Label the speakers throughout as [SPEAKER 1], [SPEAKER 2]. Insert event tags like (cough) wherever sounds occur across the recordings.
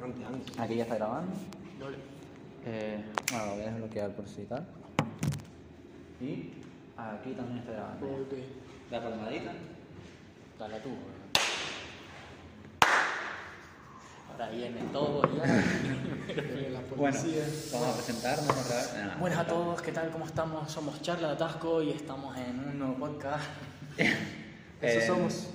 [SPEAKER 1] 20 años.
[SPEAKER 2] Aquí ya está grabando.
[SPEAKER 1] Dale.
[SPEAKER 2] Eh, bueno, lo voy a desbloquear por si tal. Y aquí también está grabando.
[SPEAKER 1] Ok.
[SPEAKER 2] La palmadita.
[SPEAKER 3] Dale tú. Ahora viene todo (laughs)
[SPEAKER 1] La
[SPEAKER 2] Bueno,
[SPEAKER 1] policía.
[SPEAKER 2] vamos a presentarnos otra vez. Nah,
[SPEAKER 3] Buenas a
[SPEAKER 2] otra vez.
[SPEAKER 3] todos, ¿qué tal? ¿Cómo estamos? Somos Charla de Atasco y estamos en un nuevo podcast.
[SPEAKER 1] Eso
[SPEAKER 2] Eh,
[SPEAKER 1] somos.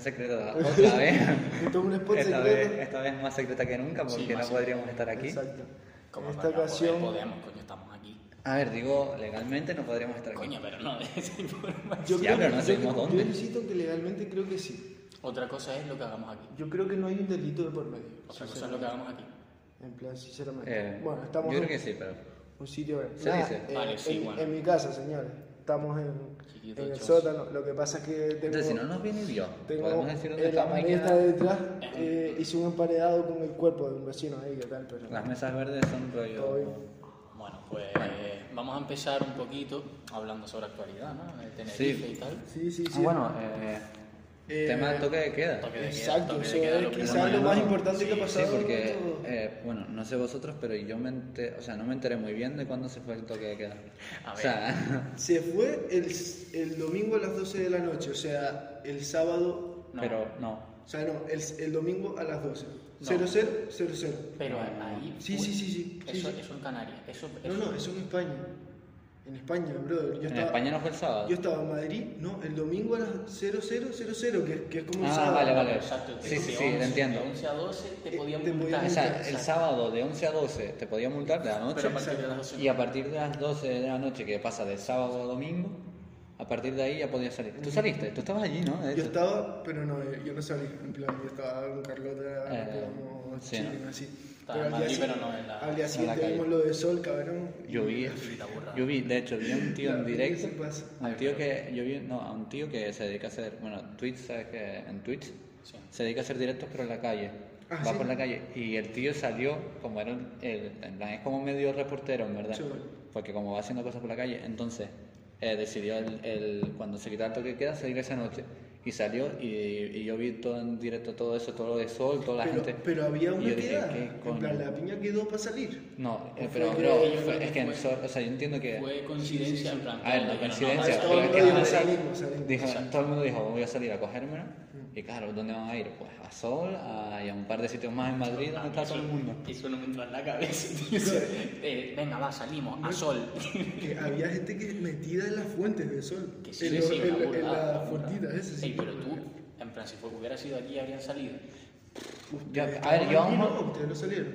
[SPEAKER 1] (laughs)
[SPEAKER 2] secreta otra vez.
[SPEAKER 1] Esto es un spot
[SPEAKER 2] esta,
[SPEAKER 1] secreto.
[SPEAKER 2] vez esta vez más secreta que nunca porque
[SPEAKER 3] Sí,
[SPEAKER 2] no
[SPEAKER 3] más
[SPEAKER 2] podríamos estar aquí.
[SPEAKER 1] Exacto.
[SPEAKER 3] Como
[SPEAKER 1] en esta
[SPEAKER 3] para poder-
[SPEAKER 1] ocasión,
[SPEAKER 3] Podemos, coño, estamos aquí.
[SPEAKER 2] A ver, digo, legalmente no podríamos estar aquí.
[SPEAKER 3] Coño, pero no (laughs) de esa información.
[SPEAKER 1] yo creo
[SPEAKER 2] Ya, pero
[SPEAKER 1] que,
[SPEAKER 2] no
[SPEAKER 1] yo-
[SPEAKER 2] sabemos
[SPEAKER 1] yo,
[SPEAKER 2] dónde.
[SPEAKER 1] insisto que legalmente creo que sí.
[SPEAKER 3] Otra cosa es lo que hagamos aquí.
[SPEAKER 1] Yo creo que no hay un delito de por medio.
[SPEAKER 3] Otra cosa es lo que hagamos aquí.
[SPEAKER 1] En plan, sinceramente.
[SPEAKER 2] Eh,
[SPEAKER 1] bueno, estamos
[SPEAKER 2] yo
[SPEAKER 1] en
[SPEAKER 2] creo que sí, pero.
[SPEAKER 1] un sitio.
[SPEAKER 2] Se dice.
[SPEAKER 1] eh,
[SPEAKER 3] Vale, sí,
[SPEAKER 1] en,
[SPEAKER 3] bueno.
[SPEAKER 1] en mi casa, señores. Estamos en,
[SPEAKER 3] Chiquito,
[SPEAKER 1] en el
[SPEAKER 3] chos.
[SPEAKER 1] sótano. Lo que pasa es que tengo.
[SPEAKER 2] Entonces, si no nos viene Dios,
[SPEAKER 1] Tengo
[SPEAKER 2] podemos decir dónde
[SPEAKER 1] en la
[SPEAKER 2] estamos y
[SPEAKER 1] pared está
[SPEAKER 2] queda-
[SPEAKER 1] detrás, eh, hice un emparedado con el cuerpo de un vecino ahí, ¿qué tal? Pero
[SPEAKER 2] Las mesas verdes son rollo.
[SPEAKER 1] Todo bien.
[SPEAKER 3] Bueno, pues vamos a empezar un poquito hablando sobre actualidad, ¿no? De Tenerife
[SPEAKER 2] Sí.
[SPEAKER 3] y tal.
[SPEAKER 1] Sí, sí,
[SPEAKER 2] Ah,
[SPEAKER 1] sí.
[SPEAKER 2] bueno, eh,
[SPEAKER 1] Eh,
[SPEAKER 2] tema del toque de queda.
[SPEAKER 3] Toque de queda,
[SPEAKER 1] Exacto,
[SPEAKER 3] toque de
[SPEAKER 1] eso
[SPEAKER 3] queda, lo
[SPEAKER 1] es
[SPEAKER 3] que
[SPEAKER 1] quizás
[SPEAKER 2] hemos
[SPEAKER 1] lo más
[SPEAKER 2] hablado.
[SPEAKER 1] importante que ha
[SPEAKER 2] Sí,
[SPEAKER 1] pasado. en
[SPEAKER 2] porque,
[SPEAKER 1] todo.
[SPEAKER 2] eh, bueno, no sé vosotros, pero yo me enteré, o sea, no me enteré muy bien de cuándo se fue el toque de queda.
[SPEAKER 3] A
[SPEAKER 2] O sea,
[SPEAKER 1] Se fue el, el domingo a las 12 de la noche, o sea, el sábado,
[SPEAKER 3] No.
[SPEAKER 2] pero no.
[SPEAKER 1] o sea, no, el, el domingo a las 12.
[SPEAKER 3] No.
[SPEAKER 1] 00, 00.
[SPEAKER 3] Pero ahí.
[SPEAKER 1] Sí, sí, sí, sí. sí,
[SPEAKER 3] Eso,
[SPEAKER 1] sí.
[SPEAKER 3] eso en Canarias. Eso,
[SPEAKER 1] No,
[SPEAKER 3] eso-
[SPEAKER 1] no, eso en España. En España, brother. Yo
[SPEAKER 2] en
[SPEAKER 1] estaba,
[SPEAKER 2] España no fue el sábado.
[SPEAKER 1] yo estaba en Madrid, no, el domingo a las 0000, que, que es como un
[SPEAKER 2] Ah,
[SPEAKER 1] sábado.
[SPEAKER 2] vale, vale.
[SPEAKER 3] Exacto,
[SPEAKER 2] Sí,
[SPEAKER 3] de
[SPEAKER 2] sí, sí,
[SPEAKER 3] 11,
[SPEAKER 2] te entiendo.
[SPEAKER 3] De 11 a 12 te
[SPEAKER 1] Eh,
[SPEAKER 3] podían
[SPEAKER 1] te podían
[SPEAKER 3] multar.
[SPEAKER 2] O sea, Ah, el
[SPEAKER 3] Exacto.
[SPEAKER 2] sábado de 11 a 12 te podía multar de la noche.
[SPEAKER 3] Pero a partir de las 12.
[SPEAKER 2] Y a partir de las 12 de la noche, que pasa de sábado a domingo, a partir de ahí ya podías salir. Tú saliste, tú estabas allí, ¿no? De
[SPEAKER 1] Yo
[SPEAKER 2] hecho.
[SPEAKER 1] estaba, pero no, eh, yo no salí, en plan, yo estaba con Carlota,
[SPEAKER 2] Eh,
[SPEAKER 1] como
[SPEAKER 2] sí,
[SPEAKER 1] chilling,
[SPEAKER 2] ¿no?
[SPEAKER 1] así.
[SPEAKER 3] Estaba en
[SPEAKER 1] al día
[SPEAKER 3] Madrid, pero
[SPEAKER 1] si-
[SPEAKER 3] no en la-
[SPEAKER 1] Al día
[SPEAKER 2] en la
[SPEAKER 1] siguiente
[SPEAKER 2] calle.
[SPEAKER 1] vimos lo de sol, cabrón.
[SPEAKER 2] Yo vi,
[SPEAKER 3] Maldita burrada.
[SPEAKER 2] yo vi, de hecho, vi a un tío en
[SPEAKER 1] Claro,
[SPEAKER 2] directo,
[SPEAKER 1] eso pasa.
[SPEAKER 2] a un tío que, yo vi, no, a un tío que se dedica a hacer, bueno, tweets, ¿sabes que En Twitch
[SPEAKER 3] Sí.
[SPEAKER 2] se dedica a hacer directos pero en la calle,
[SPEAKER 1] Ah,
[SPEAKER 2] va
[SPEAKER 1] ¿sí?
[SPEAKER 2] por la calle y el tío salió, como era, un- el, en plan, es como medio reportero, en verdad,
[SPEAKER 1] Sí.
[SPEAKER 2] porque como va haciendo cosas por la calle, entonces eh, decidió el, el- cuando se quitaba el toque de queda salir esa noche y salió y, y yo vi todo en directo todo eso, todo lo de sol, toda la
[SPEAKER 1] pero,
[SPEAKER 2] gente.
[SPEAKER 1] pero había
[SPEAKER 2] y
[SPEAKER 1] una
[SPEAKER 2] yo dije,
[SPEAKER 1] quedada,
[SPEAKER 2] ¿qué
[SPEAKER 1] en plan,
[SPEAKER 2] coño?
[SPEAKER 1] la piña quedó para salir.
[SPEAKER 2] No, eh,
[SPEAKER 1] O
[SPEAKER 2] pero
[SPEAKER 1] fue que-
[SPEAKER 2] bro,
[SPEAKER 3] yo creo
[SPEAKER 2] fue-
[SPEAKER 3] que
[SPEAKER 2] es que, en
[SPEAKER 3] fue-
[SPEAKER 2] sol- o sea, yo entiendo que...
[SPEAKER 3] Fue coincidencia en plan.
[SPEAKER 2] A ver,
[SPEAKER 3] todo,
[SPEAKER 2] no
[SPEAKER 3] pero
[SPEAKER 2] coincidencia, Ah,
[SPEAKER 3] no,
[SPEAKER 2] pero es que
[SPEAKER 1] Todos
[SPEAKER 2] Madrid
[SPEAKER 1] salimos, salimos.
[SPEAKER 2] dijo-
[SPEAKER 3] Exacto.
[SPEAKER 2] todo el mundo dijo, voy a salir a cogérmela. Y claro, ¿dónde van a ir? Pues a Sol a, y a un par de sitios más en Madrid donde está todo el mundo.
[SPEAKER 3] Eso no me entra en la cabeza. tío. O sea, eh, venga, va, salimos
[SPEAKER 1] (laughs)
[SPEAKER 3] a sol.
[SPEAKER 1] Que había gente que metida en las fuentes de sol.
[SPEAKER 3] Que sí,
[SPEAKER 1] en
[SPEAKER 3] sí,
[SPEAKER 1] lo-
[SPEAKER 3] sí,
[SPEAKER 1] en, en
[SPEAKER 3] una burrada,
[SPEAKER 1] las
[SPEAKER 3] una
[SPEAKER 1] fuertitas,
[SPEAKER 3] burrada.
[SPEAKER 1] esas, sí.
[SPEAKER 3] Ey, pero tú, en plan, si fue- hubiera sido aquí, habrían salido.
[SPEAKER 2] Yo-
[SPEAKER 1] Ustedes
[SPEAKER 2] a ver,
[SPEAKER 1] estaban
[SPEAKER 2] yo
[SPEAKER 1] aquí,
[SPEAKER 2] aún
[SPEAKER 1] no,
[SPEAKER 2] no-
[SPEAKER 1] ustedes no salieron.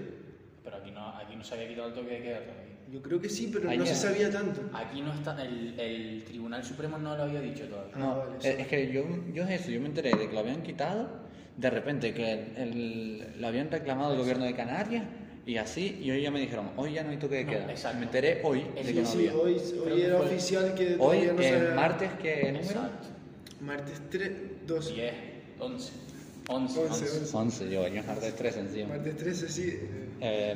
[SPEAKER 3] Pero aquí no, aquí no se había quitado el toque de queda todavía.
[SPEAKER 1] Yo creo que sí, pero no
[SPEAKER 2] Ayer.
[SPEAKER 1] se sabía tanto.
[SPEAKER 2] Ah,
[SPEAKER 3] Aquí no está, el, el Tribunal Supremo no lo había dicho todavía.
[SPEAKER 1] Ah,
[SPEAKER 2] No,
[SPEAKER 1] vale,
[SPEAKER 2] eh,
[SPEAKER 1] sí.
[SPEAKER 2] es que yo, yo es eso, yo me enteré de que lo habían quitado, de repente que el, el- lo habían reclamado el gobierno de Canarias y así, y hoy ya me dijeron, hoy ya no hay toque de
[SPEAKER 3] No,
[SPEAKER 2] queda.
[SPEAKER 3] exacto.
[SPEAKER 2] Me enteré hoy
[SPEAKER 3] Es
[SPEAKER 2] de
[SPEAKER 1] Sí,
[SPEAKER 2] que no
[SPEAKER 1] sí,
[SPEAKER 2] había.
[SPEAKER 1] hoy,
[SPEAKER 3] Creo
[SPEAKER 1] hoy
[SPEAKER 3] que
[SPEAKER 1] era
[SPEAKER 3] fue-
[SPEAKER 1] oficial que
[SPEAKER 2] Hoy,
[SPEAKER 1] todavía no
[SPEAKER 2] eh,
[SPEAKER 1] sabía-
[SPEAKER 2] martes, que número?
[SPEAKER 3] Exacto.
[SPEAKER 1] Martes 3, 12.
[SPEAKER 3] 10, 11. 11,
[SPEAKER 1] 11,
[SPEAKER 3] 11.
[SPEAKER 2] 11, yo, yo es martes 3 encima.
[SPEAKER 1] Martes 13, sí.
[SPEAKER 2] Eh,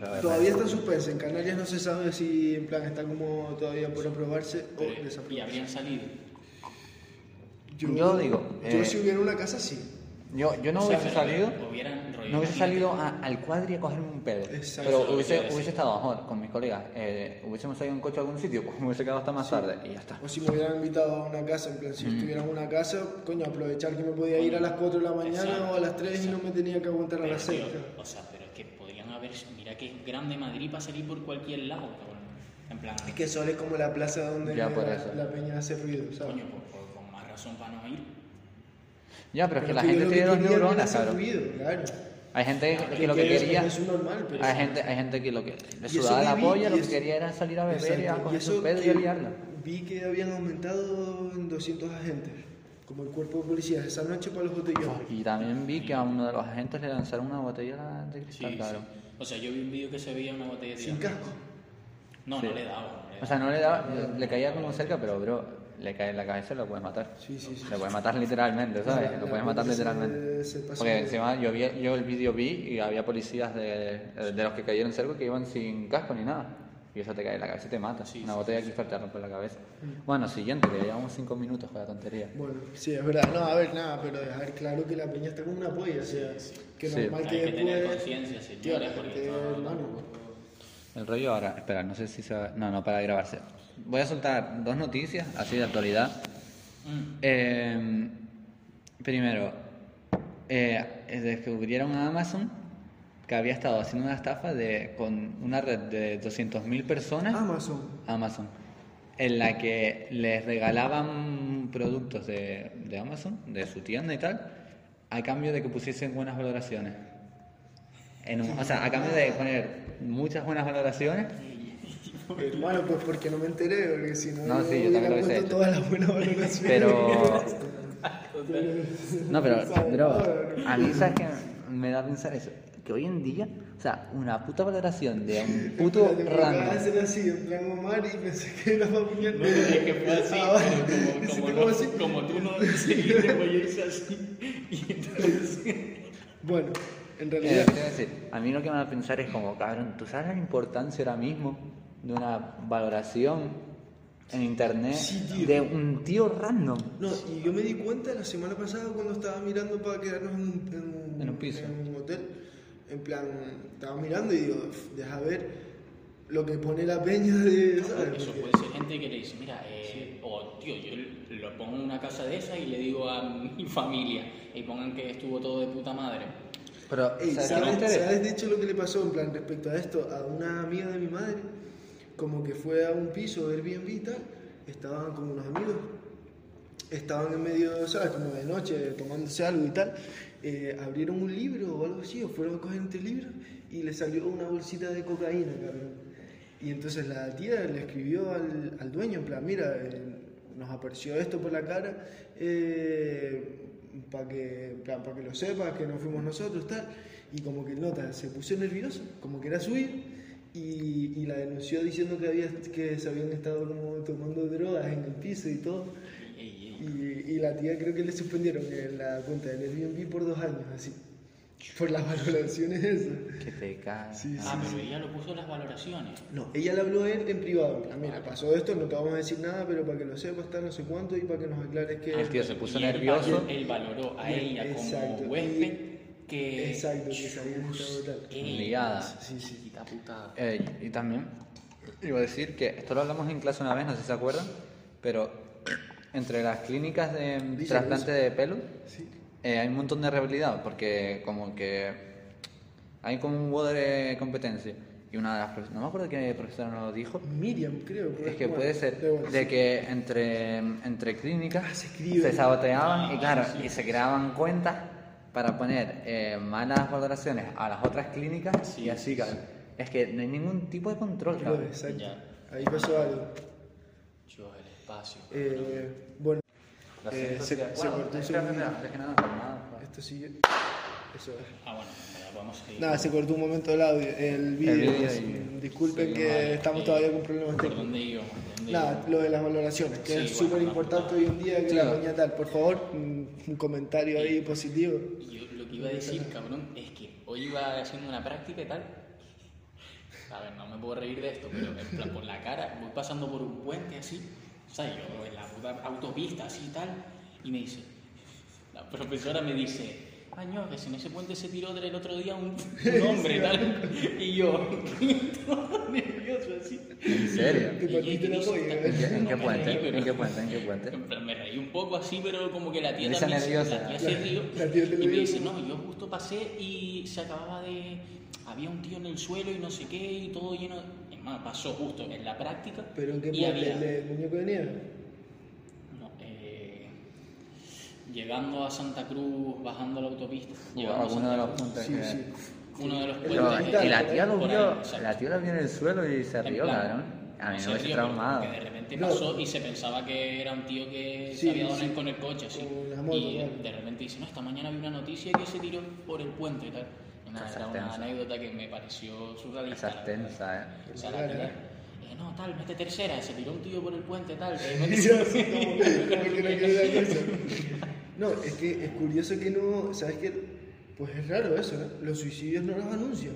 [SPEAKER 2] la verdad.
[SPEAKER 1] Todavía está suspensa. En Canarias no se sabe si en plan está como todavía por aprobarse o
[SPEAKER 3] Pero- y
[SPEAKER 1] desaprobarse.
[SPEAKER 3] habrían salido.
[SPEAKER 2] Yo digo,
[SPEAKER 1] Yo
[SPEAKER 2] eh,
[SPEAKER 1] si hubiera una casa, sí.
[SPEAKER 2] Yo, yo no
[SPEAKER 3] O sea,
[SPEAKER 2] hubiese
[SPEAKER 3] pero
[SPEAKER 2] salido.
[SPEAKER 3] hubieran rollo
[SPEAKER 2] No hubiese
[SPEAKER 3] gente.
[SPEAKER 2] salido a- al cuadri a cogerme un pedo.
[SPEAKER 1] Exacto. Eso es
[SPEAKER 2] Pero
[SPEAKER 3] lo que
[SPEAKER 2] hubiese,
[SPEAKER 3] quiero decir.
[SPEAKER 2] hubiese estado mejor con mis colegas. Eh, hubiésemos salido en coche a algún sitio, (laughs) pues me hubiese quedado hasta más tarde y ya está.
[SPEAKER 1] O si me hubieran invitado a una casa, en plan,
[SPEAKER 2] Mm.
[SPEAKER 1] si estuviera en una casa, coño, aprovechar que me podía ir a las 4 de la mañana
[SPEAKER 3] Exacto,
[SPEAKER 1] o a las 3 y no me tenía que aguantar a
[SPEAKER 3] Pero,
[SPEAKER 1] las 6.
[SPEAKER 3] tío, o sea, pero es que podrían haber. Mira que es grande Madrid para salir por cualquier lado, cabrón. En plan,
[SPEAKER 1] Es que Sol es como la plaza donde
[SPEAKER 2] Ya,
[SPEAKER 1] la,
[SPEAKER 2] por eso.
[SPEAKER 1] la peña hace ruido, ¿sabes?
[SPEAKER 3] coño, por- por- con más razón para no ir.
[SPEAKER 2] Ya, pero es que la
[SPEAKER 1] yo
[SPEAKER 2] gente
[SPEAKER 1] lo
[SPEAKER 2] tiene dos
[SPEAKER 1] quería era
[SPEAKER 2] neuronas,
[SPEAKER 1] hacer
[SPEAKER 2] claro.
[SPEAKER 1] ruido, claro.
[SPEAKER 2] Hay gente que lo
[SPEAKER 1] Que
[SPEAKER 2] que
[SPEAKER 1] es-
[SPEAKER 2] quería.
[SPEAKER 1] Es un normal, pero...
[SPEAKER 2] Hay gente, hay gente que lo que le
[SPEAKER 1] Y eso
[SPEAKER 2] sudaba
[SPEAKER 1] que
[SPEAKER 2] la
[SPEAKER 1] vi,
[SPEAKER 2] polla,
[SPEAKER 1] y
[SPEAKER 2] lo que
[SPEAKER 1] eso-
[SPEAKER 2] quería era salir a beber y a
[SPEAKER 1] Exacto,
[SPEAKER 2] coger
[SPEAKER 1] eso
[SPEAKER 2] su pedo y
[SPEAKER 1] que
[SPEAKER 2] a liarla.
[SPEAKER 1] Vi que habían aumentado en 200 agentes, como el cuerpo de policías, esa noche para los botellones.
[SPEAKER 2] Y también vi que a uno de los agentes le lanzaron una botella de
[SPEAKER 3] Sí,
[SPEAKER 2] cristal, claro.
[SPEAKER 3] sí. O sea, yo vi un vídeo que se veía una botella de
[SPEAKER 1] Sin
[SPEAKER 3] tirando.
[SPEAKER 1] casco.
[SPEAKER 3] No,
[SPEAKER 2] Sí.
[SPEAKER 3] no le daba. no le
[SPEAKER 2] O
[SPEAKER 3] daba.
[SPEAKER 2] sea, no le daba, le caía como cerca, pero bro, le cae en la cabeza y lo puedes matar.
[SPEAKER 1] Sí, sí, sí.
[SPEAKER 2] Lo puedes matar literalmente, ¿sabes?
[SPEAKER 1] La-
[SPEAKER 2] Lo
[SPEAKER 1] la
[SPEAKER 2] puedes matar
[SPEAKER 1] policía
[SPEAKER 2] literalmente.
[SPEAKER 1] se pasó
[SPEAKER 2] Porque
[SPEAKER 1] de-
[SPEAKER 2] encima yo, vi, yo el vídeo vi y había policías de, de los que cayeron cerca que iban sin casco ni nada. Y eso te cae en la cabeza y te mata.
[SPEAKER 3] Sí,
[SPEAKER 2] Una
[SPEAKER 3] sí,
[SPEAKER 2] botella que te rompe la cabeza.
[SPEAKER 1] Mm.
[SPEAKER 2] Bueno, siguiente, que ya llevamos 5 minutos con la tontería.
[SPEAKER 1] Bueno, sí, es verdad. No, a ver, nada, pero dejar claro que la peña está con una polla, o sea, que
[SPEAKER 2] Sí.
[SPEAKER 1] normal
[SPEAKER 3] Hay
[SPEAKER 1] que
[SPEAKER 3] que tener
[SPEAKER 1] después...
[SPEAKER 3] conciencia,
[SPEAKER 1] Tío, la
[SPEAKER 3] señores, porque
[SPEAKER 1] gente,
[SPEAKER 3] esto-
[SPEAKER 1] hermano, pues,
[SPEAKER 2] El rollo ahora, espera, no sé si se va... No, no, para de grabarse. Voy a soltar dos noticias, así de actualidad.
[SPEAKER 3] Mm,
[SPEAKER 2] Eh, primero, eh, descubrieron a Amazon que había estado haciendo una estafa de, con una red de 200.000 personas.
[SPEAKER 1] Ah, Amazon.
[SPEAKER 2] Amazon, en la que les regalaban productos de, de Amazon, de su tienda y tal, a cambio de que pusiesen buenas valoraciones. En un- o sea, a cambio de poner muchas buenas valoraciones,
[SPEAKER 1] Hermano, pues porque no me enteré, porque si no,
[SPEAKER 2] No,
[SPEAKER 1] yo
[SPEAKER 2] sí, yo también lo
[SPEAKER 1] hubiera
[SPEAKER 2] hubiese
[SPEAKER 1] puesto
[SPEAKER 2] hecho.
[SPEAKER 1] todas las buenas valoraciones. (laughs)
[SPEAKER 2] pero...
[SPEAKER 1] Pero-
[SPEAKER 2] No, pero,
[SPEAKER 1] ¿sabes?
[SPEAKER 2] bro,
[SPEAKER 1] No,
[SPEAKER 2] a mí sabes que me da a pensar eso, que hoy en día, o sea, una puta valoración de un puto
[SPEAKER 1] Espérate, porque acabas de
[SPEAKER 2] random.
[SPEAKER 1] hacer así, en plan Omar, y pensé que era familiar.
[SPEAKER 3] No, es que fue así,
[SPEAKER 1] Ahora,
[SPEAKER 3] pero como,
[SPEAKER 1] (laughs) hiciste
[SPEAKER 3] como,
[SPEAKER 1] como
[SPEAKER 3] no-
[SPEAKER 1] así.
[SPEAKER 3] como
[SPEAKER 1] (laughs)
[SPEAKER 3] tú no seguiste, voy a irse así. Y entonces.
[SPEAKER 1] Bueno, en
[SPEAKER 2] Eh,
[SPEAKER 1] realidad,
[SPEAKER 2] ¿qué te iba a decir? A mí lo que me va a pensar es como, cabrón, ¿tú sabes la importancia ahora mismo de una valoración en internet
[SPEAKER 1] Sí, tío.
[SPEAKER 2] de un tío random?
[SPEAKER 1] No, y yo me di cuenta la semana pasada cuando estaba mirando para quedarnos en un, en un-
[SPEAKER 2] En un piso.
[SPEAKER 1] en un hotel. En plan, estaba mirando y digo, "Pf, deja ver lo que pone la peña de. ¿sabes?
[SPEAKER 3] Eso
[SPEAKER 1] Porque-
[SPEAKER 3] puede ser gente que le dice, mira, eh, o tío, yo lo pongo en una casa de esa y le digo a mi (laughs) familia, y pongan que estuvo todo de puta madre.
[SPEAKER 2] Pero,
[SPEAKER 1] Ey,
[SPEAKER 2] ¿sabes, qué me
[SPEAKER 1] ¿sabes,
[SPEAKER 2] enteré?
[SPEAKER 1] sabes de hecho lo que le pasó en plan respecto a esto? A una amiga de mi madre, como que fue a un piso de Airbnb y tal, estaban con unos amigos, estaban en medio, ¿sabes? Como de noche, tomándose algo y tal, eh, abrieron un libro o algo así, o fueron a coger este libro y le salió una bolsita de cocaína, cabrón. Y entonces la tía le escribió al, al dueño, en plan, mira, eh, nos apareció esto por la cara, para que, en plan, pa' que lo sepas, que no fuimos nosotros, tal. Y como que el nota se puso nervioso, como que era suyo, y, y la denunció diciendo que, había, que se habían estado como tomando drogas en el piso y todo.
[SPEAKER 3] Y- y-
[SPEAKER 1] Y, y la tía creo que le suspendieron en la cuenta del Airbnb por dos años, así. Por las valoraciones esas.
[SPEAKER 2] Que te cagas.
[SPEAKER 1] Sí,
[SPEAKER 3] y- ah, pero ella lo puso en las valoraciones.
[SPEAKER 1] No, ella le habló a él en privado. en plan, Mira, pasó esto, no te vamos a decir nada, pero para que lo sepas, tal, no sé cuánto, y para que nos aclares
[SPEAKER 3] Ah,
[SPEAKER 1] que.
[SPEAKER 2] El tío se puso
[SPEAKER 3] Y él
[SPEAKER 2] nervioso.
[SPEAKER 3] valor- Él, valoró a
[SPEAKER 1] Bien,
[SPEAKER 3] ella
[SPEAKER 1] exacto, y-
[SPEAKER 3] como huésped que.
[SPEAKER 1] Exacto, que se había gustado tal.
[SPEAKER 3] Qué
[SPEAKER 2] Liada.
[SPEAKER 1] Sí, sí.
[SPEAKER 3] chiquita putada.
[SPEAKER 2] Eh, y y también iba a decir que esto lo hablamos en clase una vez, no sé si se acuerdan, pero entre las clínicas de
[SPEAKER 1] Díselo,
[SPEAKER 2] trasplante de pelo
[SPEAKER 1] Sí.
[SPEAKER 2] eh, hay un montón de rivalidad porque como que hay como un huevo de competencia y una de las profe- no me acuerdo qué profesora nos lo dijo,
[SPEAKER 1] Miriam, creo. pero
[SPEAKER 2] es que
[SPEAKER 1] bueno,
[SPEAKER 2] puede ser
[SPEAKER 1] da igual,
[SPEAKER 2] de
[SPEAKER 1] sí.
[SPEAKER 2] que entre, entre clínicas
[SPEAKER 1] Ah, se escriben.
[SPEAKER 2] se saboteaban
[SPEAKER 3] Ah,
[SPEAKER 2] y claro,
[SPEAKER 3] sí.
[SPEAKER 2] y se creaban cuentas para poner eh, malas valoraciones a las otras clínicas
[SPEAKER 3] Sí,
[SPEAKER 2] y así, cabrón. Es que no hay ningún tipo de control,
[SPEAKER 1] Claro,
[SPEAKER 2] cabrón.
[SPEAKER 1] exacto.
[SPEAKER 3] Ya.
[SPEAKER 1] Ahí pasó algo.
[SPEAKER 3] Yo, el espacio.
[SPEAKER 1] Eh, bueno,
[SPEAKER 2] Lo
[SPEAKER 1] Eh,
[SPEAKER 2] siento,
[SPEAKER 1] se-
[SPEAKER 2] tío.
[SPEAKER 1] se
[SPEAKER 2] Bueno,
[SPEAKER 1] cortó un
[SPEAKER 2] espera,
[SPEAKER 1] segundo.
[SPEAKER 2] espera, es que nada,
[SPEAKER 3] pues,
[SPEAKER 2] nada, nada.
[SPEAKER 1] esto sigue. Eso es.
[SPEAKER 3] Ah, bueno, ya vamos a ir.
[SPEAKER 1] Nada, se cortó un momento el audio, el vídeo.
[SPEAKER 2] vídeo
[SPEAKER 1] pues,
[SPEAKER 2] y-
[SPEAKER 1] Disculpen
[SPEAKER 2] sí,
[SPEAKER 1] que
[SPEAKER 2] vale.
[SPEAKER 1] estamos todavía con problemas
[SPEAKER 3] ¿Por
[SPEAKER 1] técnicos.
[SPEAKER 3] dónde íbamos? ¿Dónde
[SPEAKER 1] Nada,
[SPEAKER 3] íbamos?
[SPEAKER 1] lo de las valoraciones, que
[SPEAKER 3] Sí,
[SPEAKER 1] es
[SPEAKER 3] bueno,
[SPEAKER 1] súper importante hoy en día que la
[SPEAKER 2] Claro.
[SPEAKER 1] peña tal. Por favor, un un comentario ahí positivo.
[SPEAKER 3] Y yo lo que iba a decir, cabrón, es que hoy iba haciendo una práctica y tal. A ver, no me puedo reír de esto, pero en plan, por la cara, voy pasando por un puente así, o sea, yo en la puta autopista así y tal, y me dice, la profesora me dice, año, que si en ese puente se tiró del otro día un, un hombre y tal, y yo, (laughs) todo nervioso así.
[SPEAKER 2] ¿En
[SPEAKER 1] Te
[SPEAKER 2] serio?
[SPEAKER 1] partiste ¿eh? la polla,
[SPEAKER 2] ¿En qué, en
[SPEAKER 3] No
[SPEAKER 2] qué
[SPEAKER 3] me reí,
[SPEAKER 2] puente?
[SPEAKER 3] pero-
[SPEAKER 2] ¿En qué puente? ¿En qué puente?
[SPEAKER 3] en plan, Me reí un poco así, pero como que la tía
[SPEAKER 2] Risa
[SPEAKER 3] también
[SPEAKER 2] nerviosa.
[SPEAKER 3] la tía se
[SPEAKER 1] La-
[SPEAKER 3] rió
[SPEAKER 1] la tía te lo
[SPEAKER 3] y me
[SPEAKER 1] dijo.
[SPEAKER 3] dice, no, yo justo pasé y se acababa de... Había un tío en el suelo y no sé qué y todo lleno... de- Es más, pasó justo en la práctica
[SPEAKER 1] Pero en qué
[SPEAKER 3] y
[SPEAKER 1] parte,
[SPEAKER 3] había...
[SPEAKER 1] el de muñeco de nieve.
[SPEAKER 3] No, eh, llegando a Santa Cruz, bajando la autopista.
[SPEAKER 2] O
[SPEAKER 3] llegando a
[SPEAKER 2] alguno de
[SPEAKER 3] Santa
[SPEAKER 2] los
[SPEAKER 3] Cruz,
[SPEAKER 2] puntos
[SPEAKER 1] Sí,
[SPEAKER 2] que-
[SPEAKER 1] sí.
[SPEAKER 3] Uno de los
[SPEAKER 1] Pero,
[SPEAKER 2] Pero,
[SPEAKER 3] puentes...
[SPEAKER 1] Digital,
[SPEAKER 2] y la
[SPEAKER 1] por
[SPEAKER 2] tía lo
[SPEAKER 3] por ahí,
[SPEAKER 2] vio,
[SPEAKER 3] exacto.
[SPEAKER 2] la tía lo vio en el suelo y se
[SPEAKER 3] En
[SPEAKER 2] rió,
[SPEAKER 3] plan,
[SPEAKER 2] cabrón. A mí
[SPEAKER 3] se
[SPEAKER 2] me hubiese
[SPEAKER 3] rió, pero
[SPEAKER 2] traumado.
[SPEAKER 3] porque de repente
[SPEAKER 1] No.
[SPEAKER 3] pasó y se pensaba que era un tío que
[SPEAKER 1] Sí,
[SPEAKER 3] se había dado
[SPEAKER 1] sí.
[SPEAKER 3] con el coche, así.
[SPEAKER 1] Con la moto,
[SPEAKER 3] y
[SPEAKER 1] claro.
[SPEAKER 3] de repente dice, no, esta mañana vi una noticia que se tiró por el puente y tal. Y nada,
[SPEAKER 2] Esa
[SPEAKER 3] era
[SPEAKER 2] es
[SPEAKER 3] una
[SPEAKER 2] tensa.
[SPEAKER 3] anécdota que me pareció surrealista.
[SPEAKER 2] Esa
[SPEAKER 3] la
[SPEAKER 2] es
[SPEAKER 3] verdad.
[SPEAKER 2] tensa, eh.
[SPEAKER 3] O sea, la
[SPEAKER 1] Claro,
[SPEAKER 3] tía,
[SPEAKER 1] eh.
[SPEAKER 3] eh, no, tal, mete tercera, se tiró un tío por el puente, tal. eh,
[SPEAKER 1] Y (laughs)
[SPEAKER 3] mete-
[SPEAKER 1] yo así como que- como que no quiero la cosa.
[SPEAKER 2] (laughs)
[SPEAKER 1] No, es que es curioso que no, ¿sabes qué? Pues es raro eso, ¿no? Los suicidios no los anuncian.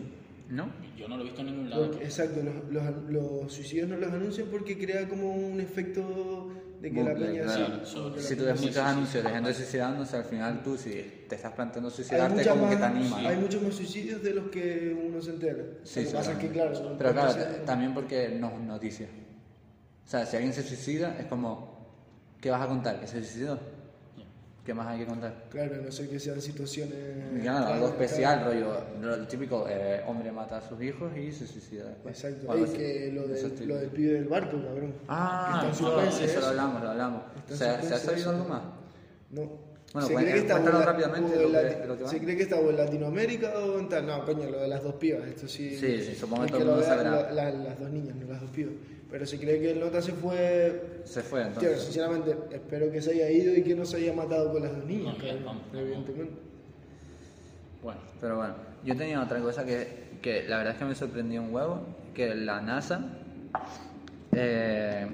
[SPEAKER 2] ¿No?
[SPEAKER 3] Yo no lo he visto en ningún lado.
[SPEAKER 1] Lo- exacto, los, los- los suicidios no los anuncian porque crea como un efecto de que la
[SPEAKER 2] Bucle,
[SPEAKER 1] peña
[SPEAKER 2] claro.
[SPEAKER 1] sí,
[SPEAKER 3] Sí,
[SPEAKER 1] como que la
[SPEAKER 2] Si tú
[SPEAKER 1] peña
[SPEAKER 2] ves
[SPEAKER 1] sí.
[SPEAKER 2] muchos anuncios de gente suicidándose, al final tú, si te estás planteando
[SPEAKER 1] hay,
[SPEAKER 2] suicidarte,
[SPEAKER 1] muchas
[SPEAKER 2] como que te
[SPEAKER 1] más-
[SPEAKER 2] anima.
[SPEAKER 1] hay muchos más suicidios de los que uno se entera.
[SPEAKER 2] Sí,
[SPEAKER 1] Lo que pasa es que, claro, son
[SPEAKER 2] Pero claro,
[SPEAKER 1] cosas-
[SPEAKER 2] t- también porque no es noticia. O sea, si alguien se suicida, es como, ¿qué vas a contar? ¿Que se suicidó? ¿Qué más hay que contar?
[SPEAKER 1] Claro, a no sé que sean situaciones.
[SPEAKER 2] Claro, algo
[SPEAKER 1] raras,
[SPEAKER 2] especial,
[SPEAKER 1] Eh, claro.
[SPEAKER 2] rollo, lo típico, eh, hombre mata a sus hijos y se suicida después. O
[SPEAKER 1] Exacto.
[SPEAKER 2] algo
[SPEAKER 1] Ey,
[SPEAKER 2] así.
[SPEAKER 1] que lo,
[SPEAKER 2] Eso
[SPEAKER 1] del,
[SPEAKER 2] estoy-
[SPEAKER 1] lo del pibe del barco, cabrón.
[SPEAKER 2] Ah,
[SPEAKER 1] que está en
[SPEAKER 2] eso,
[SPEAKER 1] suspense
[SPEAKER 2] eso
[SPEAKER 1] eso.
[SPEAKER 2] lo hablamos, lo hablamos.
[SPEAKER 1] Está en
[SPEAKER 2] ¿Se, ha- ¿Se ha
[SPEAKER 1] suspense
[SPEAKER 2] sabido
[SPEAKER 1] eso.
[SPEAKER 2] algo más?
[SPEAKER 1] No.
[SPEAKER 2] Bueno,
[SPEAKER 1] se cree
[SPEAKER 2] pues,
[SPEAKER 1] que
[SPEAKER 2] eh,
[SPEAKER 1] está
[SPEAKER 2] cuéntalo
[SPEAKER 1] o en la-
[SPEAKER 2] rápidamente
[SPEAKER 1] o en
[SPEAKER 2] lo que-
[SPEAKER 1] Lati-
[SPEAKER 2] lo que va.
[SPEAKER 1] Se cree que está o en Latinoamérica o en tal. No, coño, lo de las dos pibas, esto sí.
[SPEAKER 2] Sí, sí, supongo que
[SPEAKER 1] es
[SPEAKER 2] todo el
[SPEAKER 1] lo
[SPEAKER 2] mundo
[SPEAKER 1] vea-
[SPEAKER 2] sabrá.
[SPEAKER 1] la- la- las dos niñas, no las dos pibas. Pero se cree que el nota se fue.
[SPEAKER 2] Se fue
[SPEAKER 1] Tío,
[SPEAKER 2] entonces.
[SPEAKER 1] sinceramente, espero que se haya ido y que no se haya matado con las dos niñas,
[SPEAKER 3] No,
[SPEAKER 1] cabrón,
[SPEAKER 3] bien, vamos,
[SPEAKER 1] evidentemente.
[SPEAKER 3] Bueno,
[SPEAKER 2] Pero bueno, yo tenía otra cosa que, que la verdad es que me sorprendió un huevo, que la NASA eh,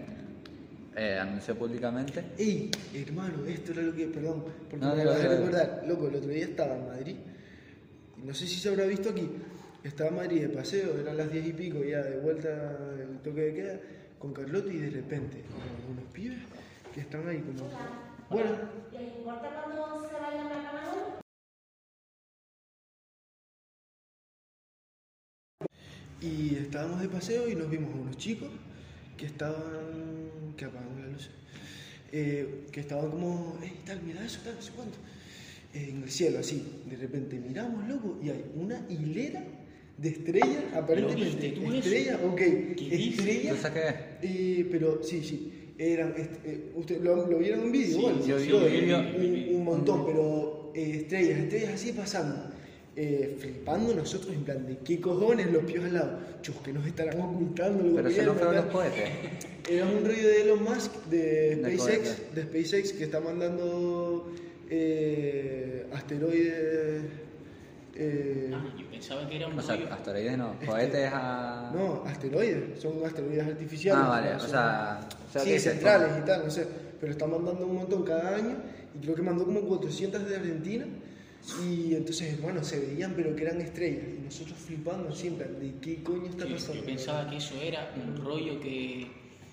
[SPEAKER 2] eh, anunció públicamente
[SPEAKER 1] Ey, hermano, esto era lo que, perdón, porque
[SPEAKER 2] No,
[SPEAKER 1] me
[SPEAKER 2] dilo,
[SPEAKER 1] acabas de
[SPEAKER 2] dilo, dilo.
[SPEAKER 1] recordar, loco, el otro día estaba en Madrid, y no sé si se habrá visto aquí, estaba en Madrid de paseo, eran las diez y pico ya de vuelta el toque de queda, con Carlota y de repente, como unos pibes que están ahí como, bueno,
[SPEAKER 4] ¿Les importa cuando se vayan a la cama?
[SPEAKER 1] y estábamos de paseo y nos vimos a unos chicos que estaban, que apagaron la luz, eh, que estaban como, ey, tal, mira eso, tal, no sé cuánto. en el cielo, así. De repente miramos, loco, y hay una hilera de estrellas, aparentemente.
[SPEAKER 3] viste tú eso?
[SPEAKER 1] Estrellas, ok.
[SPEAKER 3] dices?
[SPEAKER 2] ¿Tú
[SPEAKER 1] Estrellas.
[SPEAKER 2] sabes qué?
[SPEAKER 1] eh, pero sí, sí. Eran, est- eh, usted lo, lo vieron en un vídeo,
[SPEAKER 3] Sí,
[SPEAKER 1] bueno,
[SPEAKER 2] yo vi
[SPEAKER 1] lo-
[SPEAKER 2] un vídeo. Mm.
[SPEAKER 1] un, un montón, pero eh, estrellas, estrellas así pasando, eh, flipando nosotros en plan de qué cojones los pies al lado, chus, que nos estarán ocultando, lo
[SPEAKER 2] Pero eso
[SPEAKER 1] gobiernos,
[SPEAKER 2] no fueron los
[SPEAKER 1] tal.
[SPEAKER 2] cohetes.
[SPEAKER 1] Era un rollo de Elon Musk de
[SPEAKER 2] De
[SPEAKER 1] SpaceX,
[SPEAKER 2] cohete.
[SPEAKER 1] de SpaceX que está mandando eh, asteroides. eh,
[SPEAKER 3] ah, yo pensaba que era un
[SPEAKER 2] O sea,
[SPEAKER 3] rollo-
[SPEAKER 2] asteroides no, cohetes a...
[SPEAKER 1] no, asteroides, son asteroides artificiales.
[SPEAKER 2] Ah, vale,
[SPEAKER 1] ¿no?
[SPEAKER 2] o
[SPEAKER 1] Son-
[SPEAKER 2] sea... o sea,
[SPEAKER 1] sí,
[SPEAKER 2] que se-
[SPEAKER 1] centrales y tal, no sé. Pero están mandando un montón cada año y creo que mandó como 400 de Argentina. Y entonces, hermano, se veían, pero que eran estrellas. Y nosotros flipando siempre, ¿de qué coño está
[SPEAKER 3] yo-
[SPEAKER 1] pasando?
[SPEAKER 3] yo pensaba que eso era un rollo que.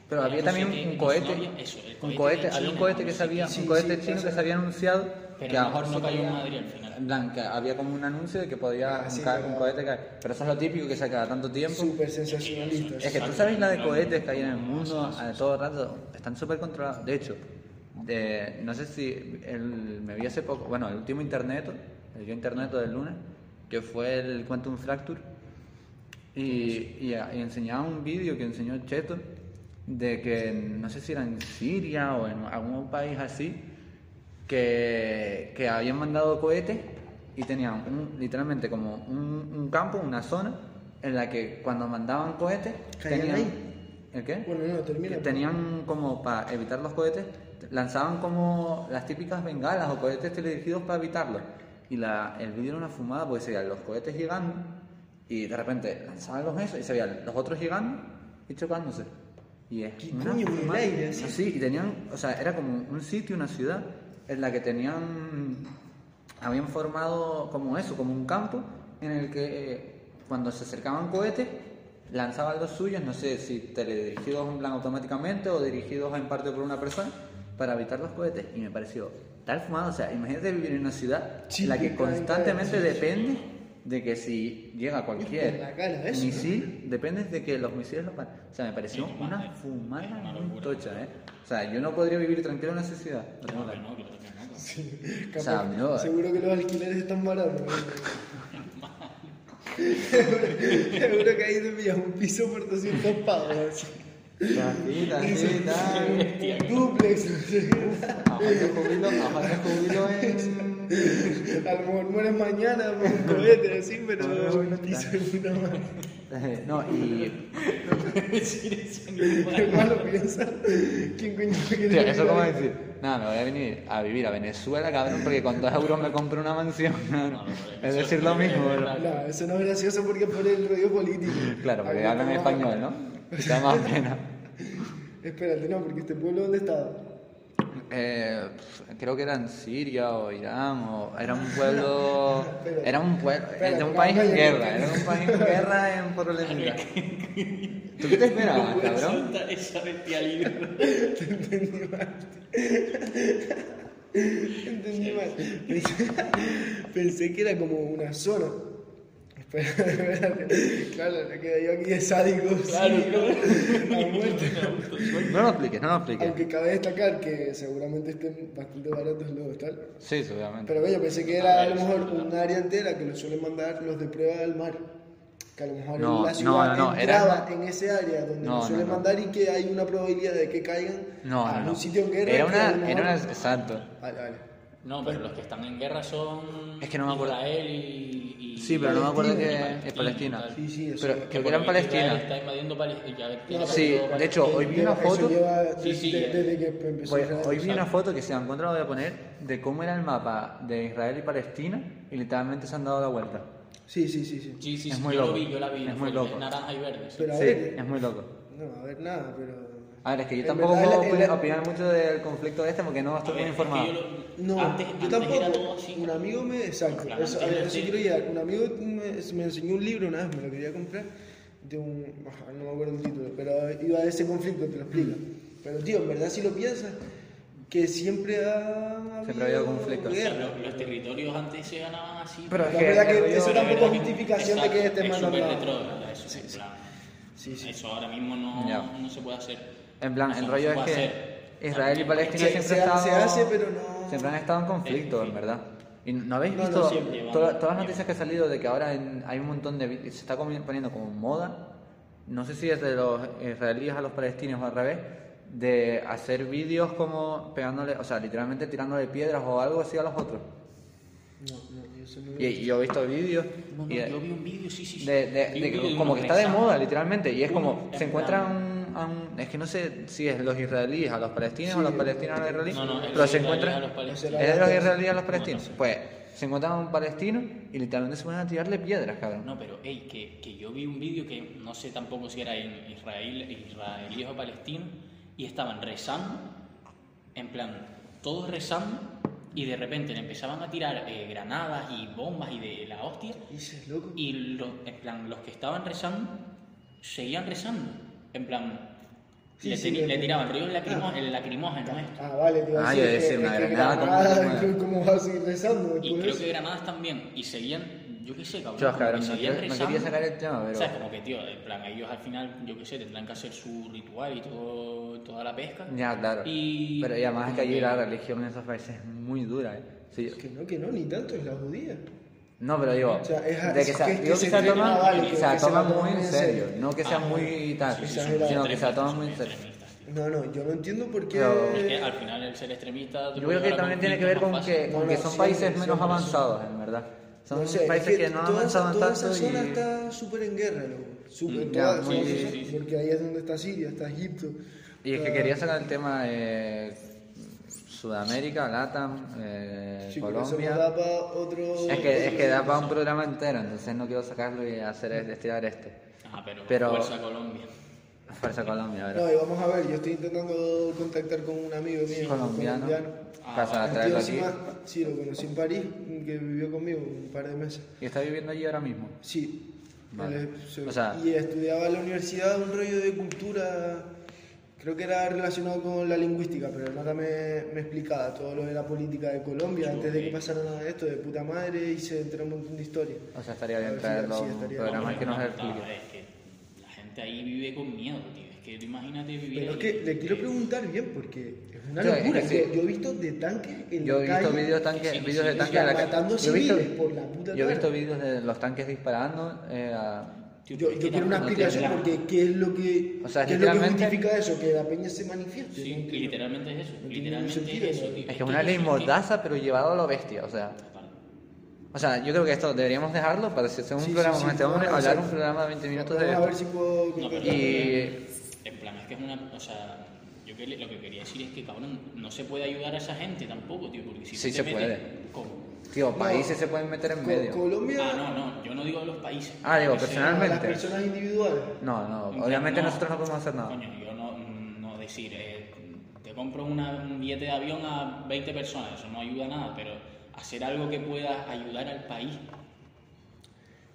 [SPEAKER 2] Pero había
[SPEAKER 3] no sé
[SPEAKER 2] también
[SPEAKER 3] qué,
[SPEAKER 2] un
[SPEAKER 3] no
[SPEAKER 2] cohete,
[SPEAKER 3] había- eso, el
[SPEAKER 2] un
[SPEAKER 3] de
[SPEAKER 2] cohete, había
[SPEAKER 3] China,
[SPEAKER 2] un cohete
[SPEAKER 3] no
[SPEAKER 2] que
[SPEAKER 3] sé
[SPEAKER 2] se había,
[SPEAKER 3] qué.
[SPEAKER 1] Sí,
[SPEAKER 2] un cohete
[SPEAKER 1] sí,
[SPEAKER 2] chino
[SPEAKER 1] pasa.
[SPEAKER 2] que se había anunciado
[SPEAKER 3] Pero
[SPEAKER 2] que
[SPEAKER 3] a lo
[SPEAKER 2] aún
[SPEAKER 3] mejor no
[SPEAKER 2] se
[SPEAKER 3] cayó en
[SPEAKER 2] podía-
[SPEAKER 3] Madrid al final.
[SPEAKER 2] en plan, que había como un anuncio de que podía
[SPEAKER 1] Ah,
[SPEAKER 2] un,
[SPEAKER 1] sí,
[SPEAKER 2] ca-
[SPEAKER 1] claro.
[SPEAKER 2] un cohete caer, pero eso es lo típico que se cada tanto tiempo.
[SPEAKER 1] Súper sensacionalista.
[SPEAKER 2] Es que tú sabes la de cohetes que hay en el mundo a todo rato, están súper controlados. De hecho, de- no sé si el- me vi hace poco, bueno, el último internet, el yo internet del lunes, que fue el Quantum Fracture, y, y, ah, y enseñaba un vídeo que enseñó Cheto de que no sé si era en Siria o en algún país así, que, que habían mandado cohetes y tenían un- literalmente como un, un campo, una zona, en la que cuando mandaban cohetes,
[SPEAKER 1] Caían
[SPEAKER 2] tenían,
[SPEAKER 1] ahí.
[SPEAKER 2] ¿El
[SPEAKER 3] Ah,
[SPEAKER 2] qué?
[SPEAKER 1] Bueno, no, termina. pues.
[SPEAKER 2] tenían como para evitar los cohetes, lanzaban como las típicas bengalas o cohetes teledirigidos para evitarlos. Y la, el vídeo era una fumada porque se veían los cohetes llegando y de repente lanzaban los esos y se veían los otros llegando y chocándose. Y es
[SPEAKER 1] ¿Qué
[SPEAKER 2] una
[SPEAKER 1] coño, en el
[SPEAKER 2] fumada.
[SPEAKER 1] aire, así?
[SPEAKER 2] Así, y tenían, o sea, era como un sitio, una ciudad en la que tenían, habían formado como eso, como un campo en el que eh, cuando se acercaban cohetes lanzaban los suyos, no sé si teledirigidos en plan automáticamente o dirigidos en parte por una persona para evitar los cohetes. Y me pareció tal fumado, o sea, imagínate vivir en una ciudad
[SPEAKER 1] Sí,
[SPEAKER 2] en la que
[SPEAKER 1] claro, claro,
[SPEAKER 2] constantemente
[SPEAKER 1] sí, sí.
[SPEAKER 2] depende de que si llega
[SPEAKER 1] En
[SPEAKER 2] cualquier
[SPEAKER 1] la cara, eso, ¿no? (laughs)
[SPEAKER 2] misil, depende de que los misiles lo van. O sea, me pareció
[SPEAKER 3] Sí,
[SPEAKER 2] una
[SPEAKER 3] madre, es
[SPEAKER 2] fumada
[SPEAKER 3] una
[SPEAKER 2] muy
[SPEAKER 3] locura.
[SPEAKER 2] tocha, ¿eh? O sea, yo no podría vivir tranquilo en esa ciudad. lo tengo
[SPEAKER 3] No, que
[SPEAKER 2] claro.
[SPEAKER 3] no, claro que no. (laughs)
[SPEAKER 1] Capaz,
[SPEAKER 2] Sabio.
[SPEAKER 1] seguro que los alquileres están baratos.
[SPEAKER 3] (laughs)
[SPEAKER 1] seguro que ahí te pillas un piso por 200 pavos. así.
[SPEAKER 2] Tantita, tantita.
[SPEAKER 1] (laughs) Un duplex.
[SPEAKER 2] Ajá, te jubilo, ajá, te jubilo en...
[SPEAKER 1] A
[SPEAKER 2] (laughs)
[SPEAKER 1] lo mejor mueres mañana por un cohete, así, pero
[SPEAKER 2] Ah, bueno,
[SPEAKER 1] un piso de puta madre.
[SPEAKER 2] Eh, No, y... (laughs)
[SPEAKER 1] Qué malo piensa. ¿Quién coño quiere
[SPEAKER 2] Tío, ¿eso
[SPEAKER 1] vivir
[SPEAKER 2] cómo
[SPEAKER 1] ahí?
[SPEAKER 2] decir? Nada, me voy a venir a vivir a Venezuela, cabrón, porque con dos euros me compro una mansión. (laughs) No, no. Es decir lo mismo, (laughs) bro.
[SPEAKER 1] No, eso no es gracioso porque es por el rollo político.
[SPEAKER 2] Claro, porque
[SPEAKER 1] Habla
[SPEAKER 2] hablan
[SPEAKER 1] más-
[SPEAKER 2] español, ¿no? Te da más pena.
[SPEAKER 1] Espérate, no, porque este pueblo, ¿dónde estaba?
[SPEAKER 2] eh, pf, creo que era en Siria o Irán o era
[SPEAKER 1] (laughs)
[SPEAKER 2] un pueblo era un pueblo
[SPEAKER 1] Espérate,
[SPEAKER 2] era un
[SPEAKER 1] no,
[SPEAKER 2] país en
[SPEAKER 1] no, no.
[SPEAKER 2] guerra era un país en guerra en problemita ¿tú qué te esperabas Ah, cabrón?
[SPEAKER 3] Esa- Esa
[SPEAKER 2] (laughs)
[SPEAKER 3] bestialidad.
[SPEAKER 1] Entendí mal. Pensé, (laughs) pensé que era como una zona. Espera, espera. (laughs) Claro, le quedé yo aquí de sádico. sí,
[SPEAKER 3] Claro, claro.
[SPEAKER 1] a
[SPEAKER 2] (laughs)
[SPEAKER 1] muerte.
[SPEAKER 2] no lo expliques no lo expliques
[SPEAKER 1] Aunque cabe destacar que seguramente estén bastante baratos luego, tal.
[SPEAKER 2] sí seguramente
[SPEAKER 1] Pero yo pensé que era a lo mejor un área entera que lo suelen mandar los de prueba del mar. Que a lo mejor
[SPEAKER 2] No,
[SPEAKER 1] la
[SPEAKER 2] no,
[SPEAKER 1] ciudad
[SPEAKER 2] no, no, era-
[SPEAKER 1] entraba en ese área donde
[SPEAKER 2] No,
[SPEAKER 1] lo
[SPEAKER 2] no,
[SPEAKER 1] suelen
[SPEAKER 2] no.
[SPEAKER 1] mandar y que hay una probabilidad de que caigan
[SPEAKER 2] no
[SPEAKER 1] a
[SPEAKER 2] no
[SPEAKER 1] un
[SPEAKER 2] no
[SPEAKER 1] sitio en guerra.
[SPEAKER 2] era
[SPEAKER 1] que a lo
[SPEAKER 2] una era una
[SPEAKER 1] mejor-
[SPEAKER 2] exacto
[SPEAKER 1] Vale, vale.
[SPEAKER 3] No, pero los que están en guerra son
[SPEAKER 2] Es que no me acuerdo.
[SPEAKER 3] Israel y, y-
[SPEAKER 2] sí pero no me acuerdo
[SPEAKER 1] Palestina,
[SPEAKER 2] que es Palestina
[SPEAKER 1] Sí, sí, eso.
[SPEAKER 2] pero creo que
[SPEAKER 3] por
[SPEAKER 2] era en
[SPEAKER 3] lo visto Israel
[SPEAKER 2] Palestina
[SPEAKER 3] Está invadiendo Palestina.
[SPEAKER 2] sí de hecho hoy vi una
[SPEAKER 1] Eso
[SPEAKER 2] foto
[SPEAKER 1] lleva
[SPEAKER 3] Sí, sí,
[SPEAKER 1] desde,
[SPEAKER 3] eh.
[SPEAKER 1] desde que empezó
[SPEAKER 2] Voy-
[SPEAKER 1] Israel.
[SPEAKER 2] hoy vi una foto que se han encontrado, voy a poner, de cómo era el mapa de Israel y Palestina y literalmente se han dado la vuelta.
[SPEAKER 1] Sí, sí, sí, sí.
[SPEAKER 3] Sí, sí,
[SPEAKER 2] Es
[SPEAKER 3] sí,
[SPEAKER 2] muy
[SPEAKER 3] yo
[SPEAKER 2] loco.
[SPEAKER 3] lo vi, yo la vi.
[SPEAKER 2] Es
[SPEAKER 3] la
[SPEAKER 2] muy
[SPEAKER 3] foto,
[SPEAKER 2] loco.
[SPEAKER 3] es naranja y verde. sí.
[SPEAKER 1] Pero a
[SPEAKER 2] Sí,
[SPEAKER 1] ver,
[SPEAKER 2] es muy loco.
[SPEAKER 1] no, a ver nada, pero...
[SPEAKER 2] A ver, es que yo
[SPEAKER 1] En
[SPEAKER 2] tampoco
[SPEAKER 1] verdad,
[SPEAKER 2] puedo
[SPEAKER 1] el- el-
[SPEAKER 2] opinar mucho del conflicto este porque no
[SPEAKER 3] A
[SPEAKER 2] estoy
[SPEAKER 3] ver,
[SPEAKER 2] bien
[SPEAKER 3] es que
[SPEAKER 2] informado.
[SPEAKER 3] yo lo-
[SPEAKER 1] No,
[SPEAKER 3] antes,
[SPEAKER 1] yo
[SPEAKER 3] antes
[SPEAKER 1] tampoco.
[SPEAKER 3] era todo así.
[SPEAKER 1] Un amigo me, exacto,
[SPEAKER 3] Claro,
[SPEAKER 1] eso, a
[SPEAKER 3] antes
[SPEAKER 1] ver,
[SPEAKER 3] era
[SPEAKER 1] eso
[SPEAKER 3] así.
[SPEAKER 1] quiero llegar. Un amigo me, me enseñó un libro una vez, me lo quería comprar, de un, ah, no me acuerdo el título, pero iba de ese conflicto, te lo explica.
[SPEAKER 3] Mm.
[SPEAKER 1] Pero tío, en verdad si lo piensas, que siempre ha
[SPEAKER 2] Siempre ha habido conflictos.
[SPEAKER 3] O sea, lo-
[SPEAKER 1] guerra.
[SPEAKER 3] los, territorios antes se ganaban así.
[SPEAKER 2] Pero
[SPEAKER 1] La
[SPEAKER 2] es que-
[SPEAKER 1] verdad
[SPEAKER 2] es
[SPEAKER 1] que,
[SPEAKER 2] que
[SPEAKER 1] eso
[SPEAKER 2] yo-
[SPEAKER 3] la
[SPEAKER 1] tampoco
[SPEAKER 3] verdad
[SPEAKER 1] es
[SPEAKER 3] que-
[SPEAKER 1] justificación de
[SPEAKER 3] exacto,
[SPEAKER 1] que este estés
[SPEAKER 3] es
[SPEAKER 1] mandando...
[SPEAKER 3] súper retrógrada, eso, en plan,
[SPEAKER 1] Sí, sí.
[SPEAKER 3] eso ahora mismo no,
[SPEAKER 2] Ya.
[SPEAKER 3] no se puede hacer.
[SPEAKER 2] En plan,
[SPEAKER 3] O sea,
[SPEAKER 2] el
[SPEAKER 3] no
[SPEAKER 2] rollo
[SPEAKER 3] se
[SPEAKER 2] es
[SPEAKER 3] puede
[SPEAKER 2] que
[SPEAKER 3] hacer.
[SPEAKER 2] Israel y Palestina
[SPEAKER 1] Se-
[SPEAKER 2] siempre,
[SPEAKER 1] se-
[SPEAKER 2] han
[SPEAKER 1] se
[SPEAKER 2] estado-
[SPEAKER 1] hace, pero no-
[SPEAKER 2] siempre han estado en conflicto, en verdad. ¿Y no habéis
[SPEAKER 1] No, no,
[SPEAKER 2] visto
[SPEAKER 3] siempre, vamos,
[SPEAKER 2] toda- todas las
[SPEAKER 3] siempre.
[SPEAKER 2] noticias que ha salido de que ahora en- hay un montón de... vi- se está comi- poniendo como moda, no sé si es de los israelíes a los palestinos o al revés, de hacer vídeos como pegándole, o sea, literalmente tirándole piedras o algo así a los otros.
[SPEAKER 1] No, no, yo eso no...
[SPEAKER 2] Y, y yo he visto vídeos
[SPEAKER 3] No, no,
[SPEAKER 2] y-
[SPEAKER 3] yo vi un vídeo, sí, sí, sí.
[SPEAKER 2] de- de-
[SPEAKER 3] Vi un
[SPEAKER 2] de-
[SPEAKER 3] vídeo
[SPEAKER 2] como
[SPEAKER 3] unos
[SPEAKER 2] que está de
[SPEAKER 3] rezando.
[SPEAKER 2] moda literalmente y es como
[SPEAKER 3] Uno
[SPEAKER 2] se
[SPEAKER 3] en
[SPEAKER 2] encuentran
[SPEAKER 3] plan-
[SPEAKER 2] a un- es que no sé si es los israelíes a los palestinos o los palestinos a los israelíes
[SPEAKER 3] No, no, es
[SPEAKER 2] pero
[SPEAKER 3] los
[SPEAKER 2] se
[SPEAKER 3] israelíes
[SPEAKER 2] encuentran
[SPEAKER 3] a los palestinos.
[SPEAKER 2] es de los israelíes a los
[SPEAKER 3] No,
[SPEAKER 2] palestinos
[SPEAKER 3] no sé.
[SPEAKER 2] pues se encuentran a un palestino y literalmente se van a tirarle piedras cabrón
[SPEAKER 3] No, pero hey, que, que yo vi un vídeo que no sé tampoco si era en Israel, israelíes o palestinos, y estaban rezando, en plan, todos rezando, y de repente le empezaban a tirar eh, granadas y bombas y de la hostia,
[SPEAKER 1] Dices, loco.
[SPEAKER 3] y lo- en plan, los que estaban rezando, seguían rezando, en plan,
[SPEAKER 1] Sí,
[SPEAKER 3] le,
[SPEAKER 1] sí,
[SPEAKER 3] teni-
[SPEAKER 1] le-
[SPEAKER 3] le tiraban ríos lacrimó-
[SPEAKER 1] Ah.
[SPEAKER 3] el lacrimógeno, esto.
[SPEAKER 1] Ah, vale, te iba a
[SPEAKER 2] Ah,
[SPEAKER 1] decir.
[SPEAKER 2] iba a
[SPEAKER 1] que-
[SPEAKER 2] decir una
[SPEAKER 1] que
[SPEAKER 2] granada, ¿cómo-
[SPEAKER 1] granada,
[SPEAKER 2] cómo era?
[SPEAKER 1] ¿Cómo vas a seguir rezando?
[SPEAKER 3] Y
[SPEAKER 1] después de
[SPEAKER 3] creo
[SPEAKER 1] eso?
[SPEAKER 3] que granadas también, y seguían, yo qué sé, cabrón,
[SPEAKER 2] Chos,
[SPEAKER 3] como que
[SPEAKER 2] cabrón, no,
[SPEAKER 3] seguían
[SPEAKER 2] quiero- no
[SPEAKER 3] rezando.
[SPEAKER 2] quería sacar el tema pero
[SPEAKER 3] ¿Sabes? Como que, tío, en plan, ellos al final, yo qué sé, tendrán que hacer su ritual y todo, toda la pesca.
[SPEAKER 2] ya claro
[SPEAKER 3] Y-
[SPEAKER 2] pero y además es que allí
[SPEAKER 3] como
[SPEAKER 2] la
[SPEAKER 3] que-
[SPEAKER 2] religión en esos países es muy dura eh. Sí,
[SPEAKER 1] Que no, que no, ni tanto, es la judía.
[SPEAKER 2] No, pero digo,
[SPEAKER 1] O sea, es-
[SPEAKER 2] de que,
[SPEAKER 1] es
[SPEAKER 2] sea-
[SPEAKER 1] que-
[SPEAKER 2] digo
[SPEAKER 1] que
[SPEAKER 2] que
[SPEAKER 1] se
[SPEAKER 2] se la
[SPEAKER 1] entrena,
[SPEAKER 2] toman,
[SPEAKER 1] vale,
[SPEAKER 2] que
[SPEAKER 1] que
[SPEAKER 2] se la
[SPEAKER 1] se la
[SPEAKER 2] toman muy en serio, no que sea
[SPEAKER 1] Ah,
[SPEAKER 2] muy tal,
[SPEAKER 3] Sí, sí,
[SPEAKER 1] Quizás
[SPEAKER 3] son
[SPEAKER 1] era-
[SPEAKER 2] sino que se la
[SPEAKER 3] extremistas,
[SPEAKER 2] toman
[SPEAKER 3] son
[SPEAKER 2] muy en serio.
[SPEAKER 3] extremistas, tío.
[SPEAKER 1] No, no, yo no entiendo por qué.
[SPEAKER 2] Pero-
[SPEAKER 3] Es que al final el ser extremista. te
[SPEAKER 2] Yo
[SPEAKER 3] puede
[SPEAKER 2] creo que
[SPEAKER 3] llevar a
[SPEAKER 2] también tiene que ver
[SPEAKER 3] conflictos
[SPEAKER 2] con
[SPEAKER 3] más
[SPEAKER 2] que,
[SPEAKER 3] fáciles.
[SPEAKER 1] No,
[SPEAKER 2] con que
[SPEAKER 1] no,
[SPEAKER 2] son
[SPEAKER 1] siempre,
[SPEAKER 2] países menos
[SPEAKER 1] siempre,
[SPEAKER 2] avanzados, en verdad. Son
[SPEAKER 1] no sé, es
[SPEAKER 2] países que no
[SPEAKER 1] toda esa-
[SPEAKER 2] avanzaban
[SPEAKER 1] toda esa
[SPEAKER 2] tanto
[SPEAKER 1] zona
[SPEAKER 2] y...
[SPEAKER 1] está súper en guerra, loco. Súper,
[SPEAKER 2] Mm, ya,
[SPEAKER 1] toda,
[SPEAKER 2] muy-
[SPEAKER 1] toda esa
[SPEAKER 3] sí,
[SPEAKER 1] zona,
[SPEAKER 3] sí, sí.
[SPEAKER 1] Porque ahí es donde está Siria, está Egipto.
[SPEAKER 2] Y es que
[SPEAKER 1] está-
[SPEAKER 2] quería sacar el tema de Sudamérica, Latam, eh,
[SPEAKER 1] Sí, porque eso nos
[SPEAKER 2] Colombia.
[SPEAKER 1] da para otro.
[SPEAKER 2] Es que, es que da
[SPEAKER 1] otro-
[SPEAKER 2] para un programa entero, entonces no quiero sacarlo y hacer estirar este.
[SPEAKER 3] Ajá, pero,
[SPEAKER 2] Pero-
[SPEAKER 3] fuerza Colombia.
[SPEAKER 2] Fuerza Colombia,
[SPEAKER 1] No,
[SPEAKER 2] ¿verdad?
[SPEAKER 1] y vamos a ver, yo estoy intentando contactar con un amigo mío. un
[SPEAKER 2] Colombiano.
[SPEAKER 3] Ah,
[SPEAKER 2] Pasa
[SPEAKER 1] El
[SPEAKER 2] a
[SPEAKER 1] tío
[SPEAKER 2] traerlo aquí.
[SPEAKER 1] encima- sí, lo conocí en París, que vivió conmigo un par de meses.
[SPEAKER 2] Y está viviendo allí ahora mismo.
[SPEAKER 1] Sí.
[SPEAKER 2] Vale.
[SPEAKER 1] Él es-
[SPEAKER 2] O sea-
[SPEAKER 1] y estudiaba en la universidad un rollo de cultura, creo que era relacionado con la lingüística, pero el nota me, me explicaba todo lo de la política de Colombia, antes de que
[SPEAKER 3] ok.
[SPEAKER 1] pasara nada de esto, de puta madre, y se enteró un montón de historias.
[SPEAKER 2] O sea, estaría
[SPEAKER 1] A
[SPEAKER 2] bien
[SPEAKER 1] ver si-
[SPEAKER 2] traerlo a
[SPEAKER 1] Ah, sí,
[SPEAKER 2] un
[SPEAKER 1] estaría Ah,
[SPEAKER 2] programa
[SPEAKER 3] Hombre,
[SPEAKER 2] que nos
[SPEAKER 3] una
[SPEAKER 2] explique.
[SPEAKER 3] putada, Es que la gente ahí vive con miedo, tío. Es que tú imagínate vivir.
[SPEAKER 1] Pero es
[SPEAKER 3] ahí,
[SPEAKER 1] que le
[SPEAKER 3] que-
[SPEAKER 1] quiero preguntar bien, porque es una
[SPEAKER 2] Yo, es
[SPEAKER 1] locura.
[SPEAKER 2] que-
[SPEAKER 1] Yo, yo he visto de tanques en
[SPEAKER 2] Yo
[SPEAKER 1] la
[SPEAKER 2] he visto
[SPEAKER 1] calle,
[SPEAKER 2] vídeos tanques-
[SPEAKER 3] sí, sí,
[SPEAKER 2] vídeos de
[SPEAKER 3] sí,
[SPEAKER 2] tanques a la calle.
[SPEAKER 1] matando
[SPEAKER 2] Yo he visto-
[SPEAKER 1] civiles por la puta
[SPEAKER 2] Yo he visto
[SPEAKER 1] cara.
[SPEAKER 2] vídeos de los tanques disparando. eh, a-
[SPEAKER 3] Tío,
[SPEAKER 1] Yo,
[SPEAKER 3] es que
[SPEAKER 1] yo quiero una
[SPEAKER 3] tampoco te
[SPEAKER 1] explicación
[SPEAKER 3] hablan.
[SPEAKER 1] porque ¿qué es lo que,
[SPEAKER 2] O sea,
[SPEAKER 1] qué es lo que
[SPEAKER 2] literalmente-
[SPEAKER 1] justifica eso? Que la peña se manifieste.
[SPEAKER 3] Sí,
[SPEAKER 1] ¿no? Que-
[SPEAKER 3] literalmente es eso.
[SPEAKER 1] no tiene ningún
[SPEAKER 3] Literalmente
[SPEAKER 1] sentido,
[SPEAKER 3] es eso,
[SPEAKER 1] ¿no?
[SPEAKER 3] tío.
[SPEAKER 2] es que es una ley
[SPEAKER 3] eso
[SPEAKER 2] mordaza, pero llevado a lo bestia. O sea,
[SPEAKER 3] Total.
[SPEAKER 2] o sea, yo creo que esto deberíamos dejarlo para si hacemos
[SPEAKER 1] Sí, sí,
[SPEAKER 2] un programa
[SPEAKER 1] sí,
[SPEAKER 2] con este
[SPEAKER 1] vamos
[SPEAKER 2] hombre,
[SPEAKER 1] a
[SPEAKER 2] hablar
[SPEAKER 1] hacer-
[SPEAKER 2] un programa de 20 minutos de
[SPEAKER 1] Vamos a ver
[SPEAKER 2] esto.
[SPEAKER 1] si puedo
[SPEAKER 3] No, pero-
[SPEAKER 1] contactar.
[SPEAKER 2] Y.
[SPEAKER 3] En plan, es que es una. O sea, yo que le- lo que quería decir es que, cabrón, no se puede ayudar a esa gente tampoco, tío, porque si
[SPEAKER 2] Sí
[SPEAKER 3] tú
[SPEAKER 2] se
[SPEAKER 3] te metes- ¿Cómo?
[SPEAKER 2] Tío,
[SPEAKER 1] No.
[SPEAKER 2] países se pueden meter en
[SPEAKER 1] Co-
[SPEAKER 2] medio.
[SPEAKER 1] Colombia,
[SPEAKER 3] Ah, no, no, yo no digo a los países.
[SPEAKER 2] Ah, digo,
[SPEAKER 3] Yo sé-
[SPEAKER 2] personal-
[SPEAKER 1] las
[SPEAKER 2] realmente.
[SPEAKER 1] personas individuales.
[SPEAKER 2] No, no,
[SPEAKER 3] en plan,
[SPEAKER 2] obviamente
[SPEAKER 3] no.
[SPEAKER 2] nosotros no podemos hacer nada.
[SPEAKER 3] Coño, yo no, no decir, eh, te compro una- un billete de avión a 20 personas, eso no ayuda a nada, pero hacer algo que pueda ayudar al país.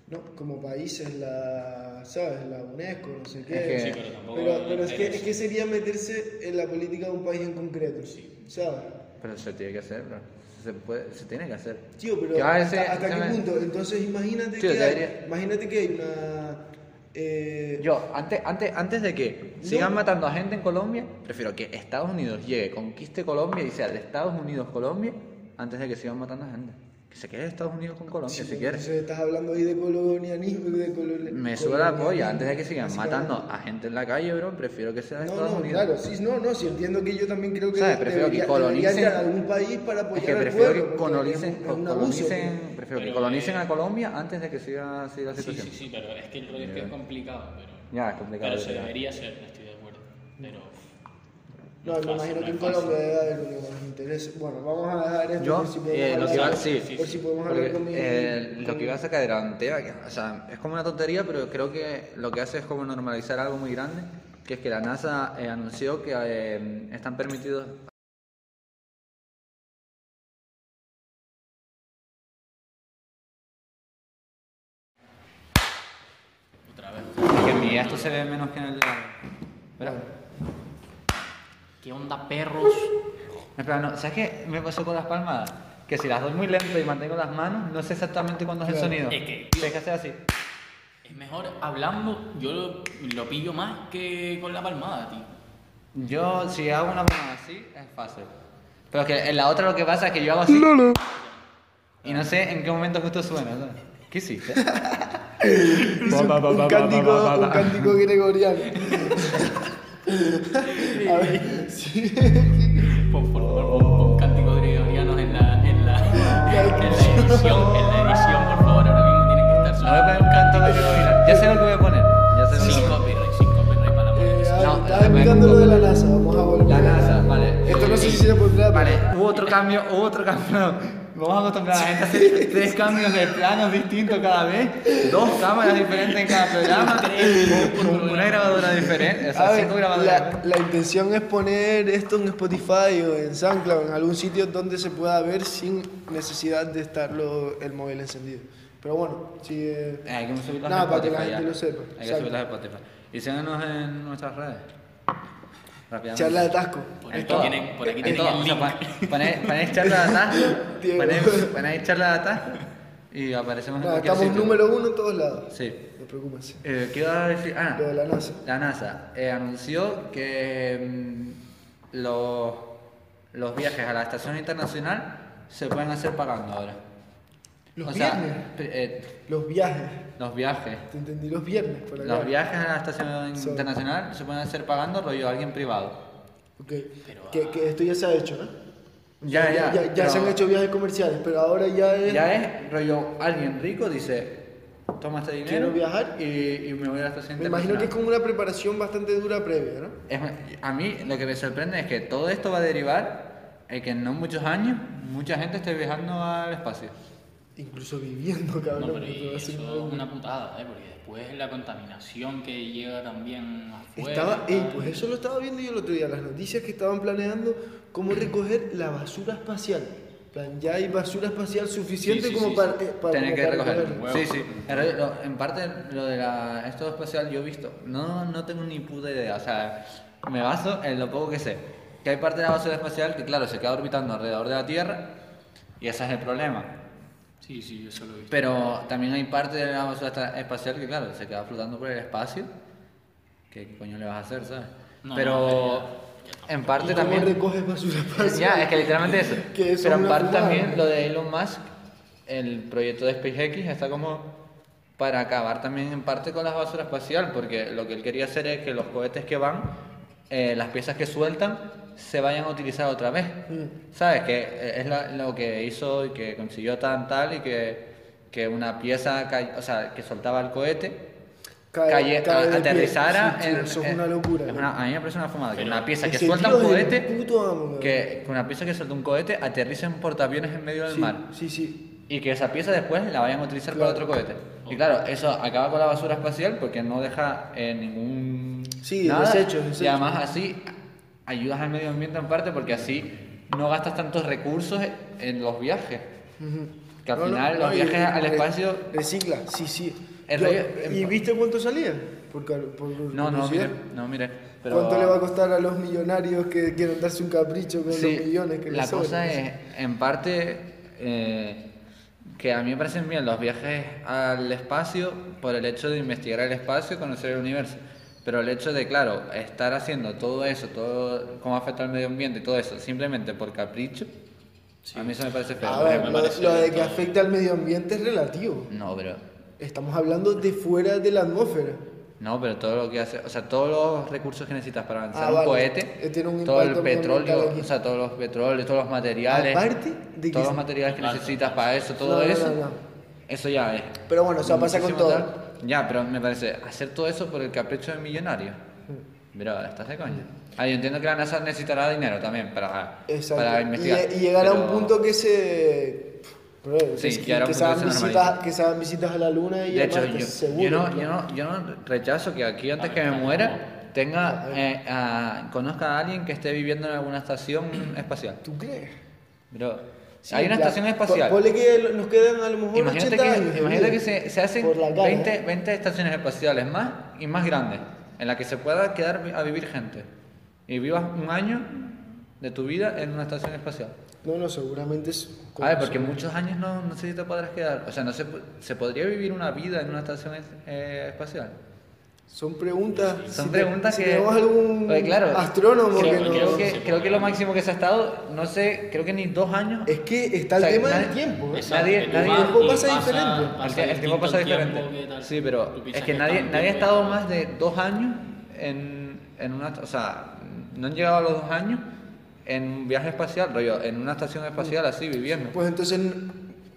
[SPEAKER 1] No, como países, la, ¿sabes? La UNESCO, no sé qué.
[SPEAKER 2] Es que-
[SPEAKER 3] Sí, pero tampoco.
[SPEAKER 1] Pero, pero es, que,
[SPEAKER 3] interesa.
[SPEAKER 1] es que sería meterse en la política de un país en concreto,
[SPEAKER 3] Sí.
[SPEAKER 1] ¿sabes?
[SPEAKER 2] Pero se tiene que hacer, bro. Se, puede, se tiene que hacer.
[SPEAKER 1] Tío, pero
[SPEAKER 2] Que a veces-
[SPEAKER 1] ¿hasta, hasta qué
[SPEAKER 2] ¿sabes?
[SPEAKER 1] punto? Entonces imagínate
[SPEAKER 2] Tío,
[SPEAKER 1] que hay,
[SPEAKER 2] debería-
[SPEAKER 1] imagínate que hay una... eh,
[SPEAKER 2] Yo, antes, antes, antes de que
[SPEAKER 1] No.
[SPEAKER 2] sigan matando a gente en Colombia, prefiero que Estados Unidos llegue, conquiste Colombia y sea de Estados Unidos Colombia, antes de que sigan matando a gente. Que se quede Estados Unidos con Colombia, si quieres.
[SPEAKER 1] Entonces estás hablando ahí de colonialismo y de colonialismo.
[SPEAKER 2] Me suda la polla, antes de que sigan
[SPEAKER 1] Así
[SPEAKER 2] matando a gente en la calle, bro, prefiero que sea de
[SPEAKER 1] No,
[SPEAKER 2] Estados
[SPEAKER 1] no,
[SPEAKER 2] Unidos.
[SPEAKER 1] claro, sí, no, no, sí, entiendo que yo también creo que
[SPEAKER 2] ¿Sabes? Prefiero que
[SPEAKER 1] debería- debería
[SPEAKER 2] colonicen-
[SPEAKER 1] entrar a algún país para apoyar
[SPEAKER 2] Es que
[SPEAKER 1] al
[SPEAKER 2] prefiero
[SPEAKER 1] pueblo,
[SPEAKER 2] que
[SPEAKER 1] porque
[SPEAKER 2] colonicen,
[SPEAKER 1] es un- es un abuso,
[SPEAKER 2] colonicen- prefiero que
[SPEAKER 3] Pero,
[SPEAKER 2] colonicen
[SPEAKER 3] eh,
[SPEAKER 2] a Colombia antes de que siga así la
[SPEAKER 3] Sí,
[SPEAKER 2] situación.
[SPEAKER 3] sí, sí, pero es que el rollo es que es complicado, pero.
[SPEAKER 2] Ya, es complicado.
[SPEAKER 3] Pero se
[SPEAKER 2] ya.
[SPEAKER 3] debería hacer, estoy de acuerdo. Pero.
[SPEAKER 1] No, me imagino que en Colombia debe haber lo que más interés. Bueno, vamos a dejar esto
[SPEAKER 2] Yo,
[SPEAKER 1] por si podemos
[SPEAKER 2] eh, lo
[SPEAKER 1] hablar,
[SPEAKER 2] que iba- sí,
[SPEAKER 1] por
[SPEAKER 2] sí,
[SPEAKER 1] si
[SPEAKER 3] sí.
[SPEAKER 1] podemos
[SPEAKER 2] Porque,
[SPEAKER 1] hablar con mi-
[SPEAKER 2] eh, lo
[SPEAKER 1] con- (laughs)
[SPEAKER 2] que iba a sacar era un tema que, o sea, es como una tontería, pero creo que lo que hace es como normalizar algo muy grande, que es que la NASA eh, anunció que eh, están permitidos
[SPEAKER 3] Otra vez.
[SPEAKER 2] que en mi esto se ve menos que en el Espera.
[SPEAKER 3] ¿Qué onda, perros?
[SPEAKER 2] Espera, no, ¿sabes qué me pasó con las palmadas? Que si las doy muy lento y mantengo las manos, no sé exactamente cuándo es el
[SPEAKER 1] Claro.
[SPEAKER 2] sonido.
[SPEAKER 3] Es que-
[SPEAKER 2] Tienes que hacer así.
[SPEAKER 3] Es mejor hablando, yo lo, lo pillo más que con la palmada, tío.
[SPEAKER 2] Yo, si hago una palmada así, es fácil. Pero es que en la otra lo que pasa es que yo hago así. Y no sé en qué momento justo suena. ¿sabes? ¿Qué hiciste?
[SPEAKER 1] Hice un, un cántico, un cántico
[SPEAKER 2] (laughs)
[SPEAKER 1] gregoriano. a ver, sí, (laughs)
[SPEAKER 3] Pon, pon, pon, pon, pon cánticos gregorianos en la, en la,
[SPEAKER 1] (laughs)
[SPEAKER 3] en la edición, en la edición, por favor, ahora mismo tienen que estar
[SPEAKER 2] No voy a poner un canto gregoriano. Ya sé lo que voy a poner. Ya sé lo que
[SPEAKER 3] Sin
[SPEAKER 2] voy a poner.
[SPEAKER 3] copyright, sin copyright para la
[SPEAKER 1] eh,
[SPEAKER 3] monetización.
[SPEAKER 1] a ver,
[SPEAKER 2] No,
[SPEAKER 1] estaba
[SPEAKER 2] la-
[SPEAKER 1] explicando lo de la NASA, vamos a volver.
[SPEAKER 2] La NASA, vale.
[SPEAKER 1] Esto no sé
[SPEAKER 2] Eh,
[SPEAKER 1] si se podrá, pero-
[SPEAKER 2] Vale, hubo otro cambio, hubo otro cambio. (laughs) Vamos a acostumbrar a la gente a hacer tres cambios de planos distintos cada vez, dos cámaras diferentes en cada programa,
[SPEAKER 1] (laughs)
[SPEAKER 2] una grabadora diferente, o
[SPEAKER 1] A
[SPEAKER 2] sea,
[SPEAKER 1] ver,
[SPEAKER 2] cinco
[SPEAKER 1] la,
[SPEAKER 2] grabadoras.
[SPEAKER 1] la intención es poner esto en Spotify o en SoundCloud, en algún sitio donde se pueda ver sin necesidad de estarlo el móvil encendido. Pero bueno, sí. eh,
[SPEAKER 2] Eh, Hay que subirlas
[SPEAKER 1] Nada,
[SPEAKER 2] en
[SPEAKER 1] para que
[SPEAKER 2] Spotify,
[SPEAKER 1] la
[SPEAKER 2] ya.
[SPEAKER 1] gente lo sepa,
[SPEAKER 2] Hay que
[SPEAKER 1] exacto.
[SPEAKER 2] subirlas en Spotify. Y síganos en nuestras redes. Rápidamente.
[SPEAKER 1] charla de tasco.
[SPEAKER 3] Por
[SPEAKER 2] En
[SPEAKER 3] aquí
[SPEAKER 2] todo.
[SPEAKER 3] tienen- por aquí
[SPEAKER 2] En
[SPEAKER 3] tienen
[SPEAKER 2] todo.
[SPEAKER 3] el
[SPEAKER 2] O sea,
[SPEAKER 3] link.
[SPEAKER 2] pon- ponéis- ponéis charla de
[SPEAKER 1] (laughs)
[SPEAKER 2] atasco,
[SPEAKER 1] Diego.
[SPEAKER 2] ponéis- ponéis charla de atasco y aparecemos en
[SPEAKER 1] No,
[SPEAKER 2] cualquier
[SPEAKER 1] estamos
[SPEAKER 2] sitio.
[SPEAKER 1] número uno en todos lados.
[SPEAKER 2] Sí.
[SPEAKER 1] No preocúpense.
[SPEAKER 2] Eh, ¿Qué iba a decir? Ah,
[SPEAKER 1] Lo de la NASA.
[SPEAKER 2] la NASA eh, anunció que mm, los, los viajes a la estación internacional se pueden hacer pagando ahora.
[SPEAKER 1] Los
[SPEAKER 2] o sea,
[SPEAKER 1] viernes.
[SPEAKER 2] pr- eh,
[SPEAKER 1] Los viajes.
[SPEAKER 2] los viajes.
[SPEAKER 1] Te entendí los viernes por acá.
[SPEAKER 2] Los viajes a la estación
[SPEAKER 1] Son-
[SPEAKER 2] internacional se pueden hacer pagando rollo a alguien privado.
[SPEAKER 1] Ok.
[SPEAKER 3] Pero,
[SPEAKER 1] que,
[SPEAKER 3] ah.
[SPEAKER 1] que esto ya se ha hecho, ¿no?
[SPEAKER 2] Ya, ya.
[SPEAKER 1] Ya,
[SPEAKER 2] pero
[SPEAKER 1] se han hecho viajes comerciales, pero ahora ya es.
[SPEAKER 2] Ya es rollo alguien rico dice, toma este dinero.
[SPEAKER 1] Quiero viajar.
[SPEAKER 2] Y, y me voy a la estación
[SPEAKER 1] Me imagino que
[SPEAKER 2] internacional".
[SPEAKER 1] es como una preparación bastante dura previa, ¿no?
[SPEAKER 2] Es ma- a mí lo que me sorprende es que todo esto va a derivar en que en no muchos años mucha gente esté viajando al espacio.
[SPEAKER 1] Incluso viviendo, (laughs) cabrón.
[SPEAKER 3] No, pero
[SPEAKER 1] porque
[SPEAKER 3] y
[SPEAKER 1] va a ser
[SPEAKER 3] eso es una putada, ¿eh? Porque después la contaminación que llega también afuera.
[SPEAKER 1] Estaba,
[SPEAKER 3] tal.
[SPEAKER 1] ey, pues eso lo estaba viendo yo el otro día, las noticias que estaban planeando cómo recoger la basura espacial. En plan, ya hay basura espacial suficiente
[SPEAKER 3] Sí, sí,
[SPEAKER 1] como
[SPEAKER 3] sí,
[SPEAKER 1] para,
[SPEAKER 3] sí.
[SPEAKER 1] eh, para-
[SPEAKER 2] Tener
[SPEAKER 1] como
[SPEAKER 2] que
[SPEAKER 1] para
[SPEAKER 2] recogerlo.
[SPEAKER 1] recogerla.
[SPEAKER 2] Sí, sí. Pero lo- en parte lo de la, esto espacial yo he visto. No, no tengo ni puta idea. O sea, me baso en lo poco que sé. Que hay parte de la basura espacial que, claro, se queda orbitando alrededor de la Tierra y ese es el problema.
[SPEAKER 3] Sí, sí, eso lo he visto.
[SPEAKER 2] Pero también hay parte de la basura esta- espacial que, claro, se queda flotando por el espacio. ¿Qué, qué coño le vas a hacer, sabes?
[SPEAKER 3] No,
[SPEAKER 2] pero
[SPEAKER 3] no,
[SPEAKER 2] en
[SPEAKER 1] ¿Y
[SPEAKER 2] parte
[SPEAKER 1] ¿Cómo
[SPEAKER 2] también.
[SPEAKER 1] recoges basura (laughs) espacial?
[SPEAKER 2] (laughs) Ya, es que literalmente eso.
[SPEAKER 1] Que eso
[SPEAKER 2] Pero
[SPEAKER 1] es
[SPEAKER 2] en
[SPEAKER 1] una
[SPEAKER 2] parte
[SPEAKER 1] fumada.
[SPEAKER 2] también lo de Elon Musk, el proyecto de SpaceX está como para acabar también en parte con la basura espacial, porque lo que él quería hacer es que los cohetes que van, eh, las piezas que sueltan, se vayan a utilizar otra vez.
[SPEAKER 1] Mm.
[SPEAKER 2] ¿Sabes? Que eh, es la- lo que hizo y que consiguió tan tal y que, que una pieza, ca- o sea, que soltaba el cohete.
[SPEAKER 1] Cae-
[SPEAKER 2] calle-
[SPEAKER 1] cae de pie.
[SPEAKER 2] aterrizara
[SPEAKER 1] Sí, tío,
[SPEAKER 2] en-
[SPEAKER 1] eso
[SPEAKER 2] en-
[SPEAKER 1] es una locura.
[SPEAKER 2] es
[SPEAKER 1] ¿no?
[SPEAKER 2] una- a mí me parece una fumada que
[SPEAKER 3] Pero
[SPEAKER 2] una pieza que
[SPEAKER 1] ese
[SPEAKER 2] suelta
[SPEAKER 1] tío
[SPEAKER 2] un
[SPEAKER 1] es el
[SPEAKER 2] cohete
[SPEAKER 1] puto amo, cabrón.
[SPEAKER 2] que una pieza que suelta un cohete aterriza en portaaviones en medio del
[SPEAKER 1] Sí,
[SPEAKER 2] mar
[SPEAKER 1] Sí, sí.
[SPEAKER 2] y que esa pieza después la vayan a utilizar
[SPEAKER 1] Claro.
[SPEAKER 2] para otro cohete. Y claro, eso acaba con la basura espacial porque no deja eh, ningún
[SPEAKER 1] Sí,
[SPEAKER 2] nada.
[SPEAKER 1] desechos,
[SPEAKER 2] Y
[SPEAKER 1] desechos.
[SPEAKER 2] además así ayudas al medio ambiente en parte porque así no gastas tantos recursos en los viajes. Que al final los
[SPEAKER 1] y-
[SPEAKER 2] viajes
[SPEAKER 1] y-
[SPEAKER 2] al
[SPEAKER 1] re-
[SPEAKER 2] espacio-
[SPEAKER 1] Recicla, sí, sí.
[SPEAKER 2] El
[SPEAKER 1] Yo-
[SPEAKER 2] re-
[SPEAKER 1] ¿Y viste cuánto salía? Por, car- por
[SPEAKER 2] No, no, mire,
[SPEAKER 1] curiosidad.
[SPEAKER 2] no, mire. Pero,
[SPEAKER 1] ¿Cuánto le va a costar a los millonarios que quieren darse un capricho con
[SPEAKER 2] Sí,
[SPEAKER 1] los millones que
[SPEAKER 2] la
[SPEAKER 1] les sobran?
[SPEAKER 2] cosa es, en parte, eh, que a mí me parecen bien los viajes al espacio por el hecho de investigar el espacio y conocer el universo. Pero el hecho de, claro, estar haciendo todo eso, todo cómo afecta al medio ambiente y todo eso, simplemente por capricho, a mí eso me parece feo.
[SPEAKER 1] A
[SPEAKER 2] por
[SPEAKER 1] ver,
[SPEAKER 2] ejemplo.
[SPEAKER 1] lo,
[SPEAKER 3] parece
[SPEAKER 1] lo de
[SPEAKER 3] bien
[SPEAKER 1] que
[SPEAKER 3] todo.
[SPEAKER 1] afecta al medio ambiente es relativo.
[SPEAKER 2] No, pero,
[SPEAKER 1] Estamos hablando de fuera de la atmósfera.
[SPEAKER 2] no, pero todo lo que hace, o sea, todos los recursos que necesitas para lanzar
[SPEAKER 1] Ah,
[SPEAKER 2] un
[SPEAKER 1] vale. Eh,
[SPEAKER 2] cohete,
[SPEAKER 1] tiene un
[SPEAKER 2] todo el
[SPEAKER 1] impacto ambiental
[SPEAKER 2] petróleo,
[SPEAKER 1] aquí.
[SPEAKER 2] o sea, todos los petróleos, todos los materiales.
[SPEAKER 1] Aparte de que
[SPEAKER 2] todos los materiales que
[SPEAKER 3] Claro.
[SPEAKER 2] necesitas para eso, todo
[SPEAKER 1] No, no, no,
[SPEAKER 2] eso,
[SPEAKER 1] no.
[SPEAKER 2] eso ya es.
[SPEAKER 1] Pero bueno, o sea, pasa con
[SPEAKER 2] muchísimo
[SPEAKER 1] todo.
[SPEAKER 2] tal. Ya, pero me parece, hacer todo eso por el capricho de millonario.
[SPEAKER 1] Mm.
[SPEAKER 2] Mira, estás de coño. Ah, yo entiendo que la NASA necesitará dinero también para,
[SPEAKER 1] Exacto.
[SPEAKER 2] para
[SPEAKER 1] Y-
[SPEAKER 2] investigar.
[SPEAKER 1] Y, llegar a un
[SPEAKER 2] pero-
[SPEAKER 1] punto que se. Bro,
[SPEAKER 2] Sí,
[SPEAKER 1] es
[SPEAKER 2] llegar a
[SPEAKER 1] que, que
[SPEAKER 2] un punto
[SPEAKER 1] se hagan
[SPEAKER 2] que se
[SPEAKER 1] visitas,
[SPEAKER 2] normalice.
[SPEAKER 1] que se hagan visitas a la luna y
[SPEAKER 2] De
[SPEAKER 1] a
[SPEAKER 2] hecho,
[SPEAKER 1] Marte,
[SPEAKER 2] yo,
[SPEAKER 1] seguro.
[SPEAKER 2] yo no,
[SPEAKER 1] claro.
[SPEAKER 2] yo, no, yo no rechazo que aquí antes
[SPEAKER 3] Ah,
[SPEAKER 2] que me
[SPEAKER 3] está bien,
[SPEAKER 2] muera tenga eh, a- conozca a alguien que esté viviendo en alguna estación (clears throat) espacial.
[SPEAKER 1] ¿Tú crees?
[SPEAKER 2] Pero
[SPEAKER 1] Sí,
[SPEAKER 2] hay una
[SPEAKER 1] claro.
[SPEAKER 2] estación
[SPEAKER 1] Po-
[SPEAKER 2] espacial.
[SPEAKER 1] Ponle que lo- nos quedan a lo mejor
[SPEAKER 2] Imagínate
[SPEAKER 1] 80
[SPEAKER 2] que,
[SPEAKER 1] años.
[SPEAKER 2] imagínate que
[SPEAKER 1] mira.
[SPEAKER 2] se, se hacen
[SPEAKER 1] Por la cara.
[SPEAKER 2] 20, 20 estaciones espaciales más y más grandes, en las que se pueda quedar vi- a vivir gente. Y vivas un año de tu vida en una estación espacial.
[SPEAKER 1] No, no, seguramente es.
[SPEAKER 2] A ver, porque muchos años no, no sé si te podrás quedar. O sea, no se, po- ¿se podría vivir una vida en una estación es- eh, espacial?
[SPEAKER 1] Son preguntas.
[SPEAKER 2] Son
[SPEAKER 1] si te-
[SPEAKER 2] preguntas
[SPEAKER 1] si
[SPEAKER 2] que...
[SPEAKER 1] tenemos algún
[SPEAKER 2] Oye, claro,
[SPEAKER 1] astrónomo
[SPEAKER 2] creo,
[SPEAKER 1] que
[SPEAKER 3] no-
[SPEAKER 2] creo
[SPEAKER 1] nos.
[SPEAKER 2] que, creo que lo máximo que se ha estado, no sé, creo que ni dos años.
[SPEAKER 1] Es que está el
[SPEAKER 2] O sea,
[SPEAKER 1] tema del
[SPEAKER 2] nadie-
[SPEAKER 1] tiempo. ¿eh?
[SPEAKER 2] Exacto. Nadie-
[SPEAKER 3] el
[SPEAKER 2] nadie-
[SPEAKER 3] humano
[SPEAKER 1] tiempo pasa diferente.
[SPEAKER 2] El, tie- el
[SPEAKER 3] distinto
[SPEAKER 2] tiempo pasa
[SPEAKER 3] al tiempo
[SPEAKER 2] diferente.
[SPEAKER 3] que tal.
[SPEAKER 2] Sí,
[SPEAKER 3] Tú
[SPEAKER 2] pero es
[SPEAKER 3] piensas
[SPEAKER 2] que nadie,
[SPEAKER 3] estamos
[SPEAKER 2] nadie ha
[SPEAKER 3] tiempo
[SPEAKER 2] estado
[SPEAKER 3] y-
[SPEAKER 2] más de dos años en, en una. O sea, no han llegado a los dos años en un viaje espacial, rollo, en una estación espacial así viviendo.
[SPEAKER 1] Pues entonces,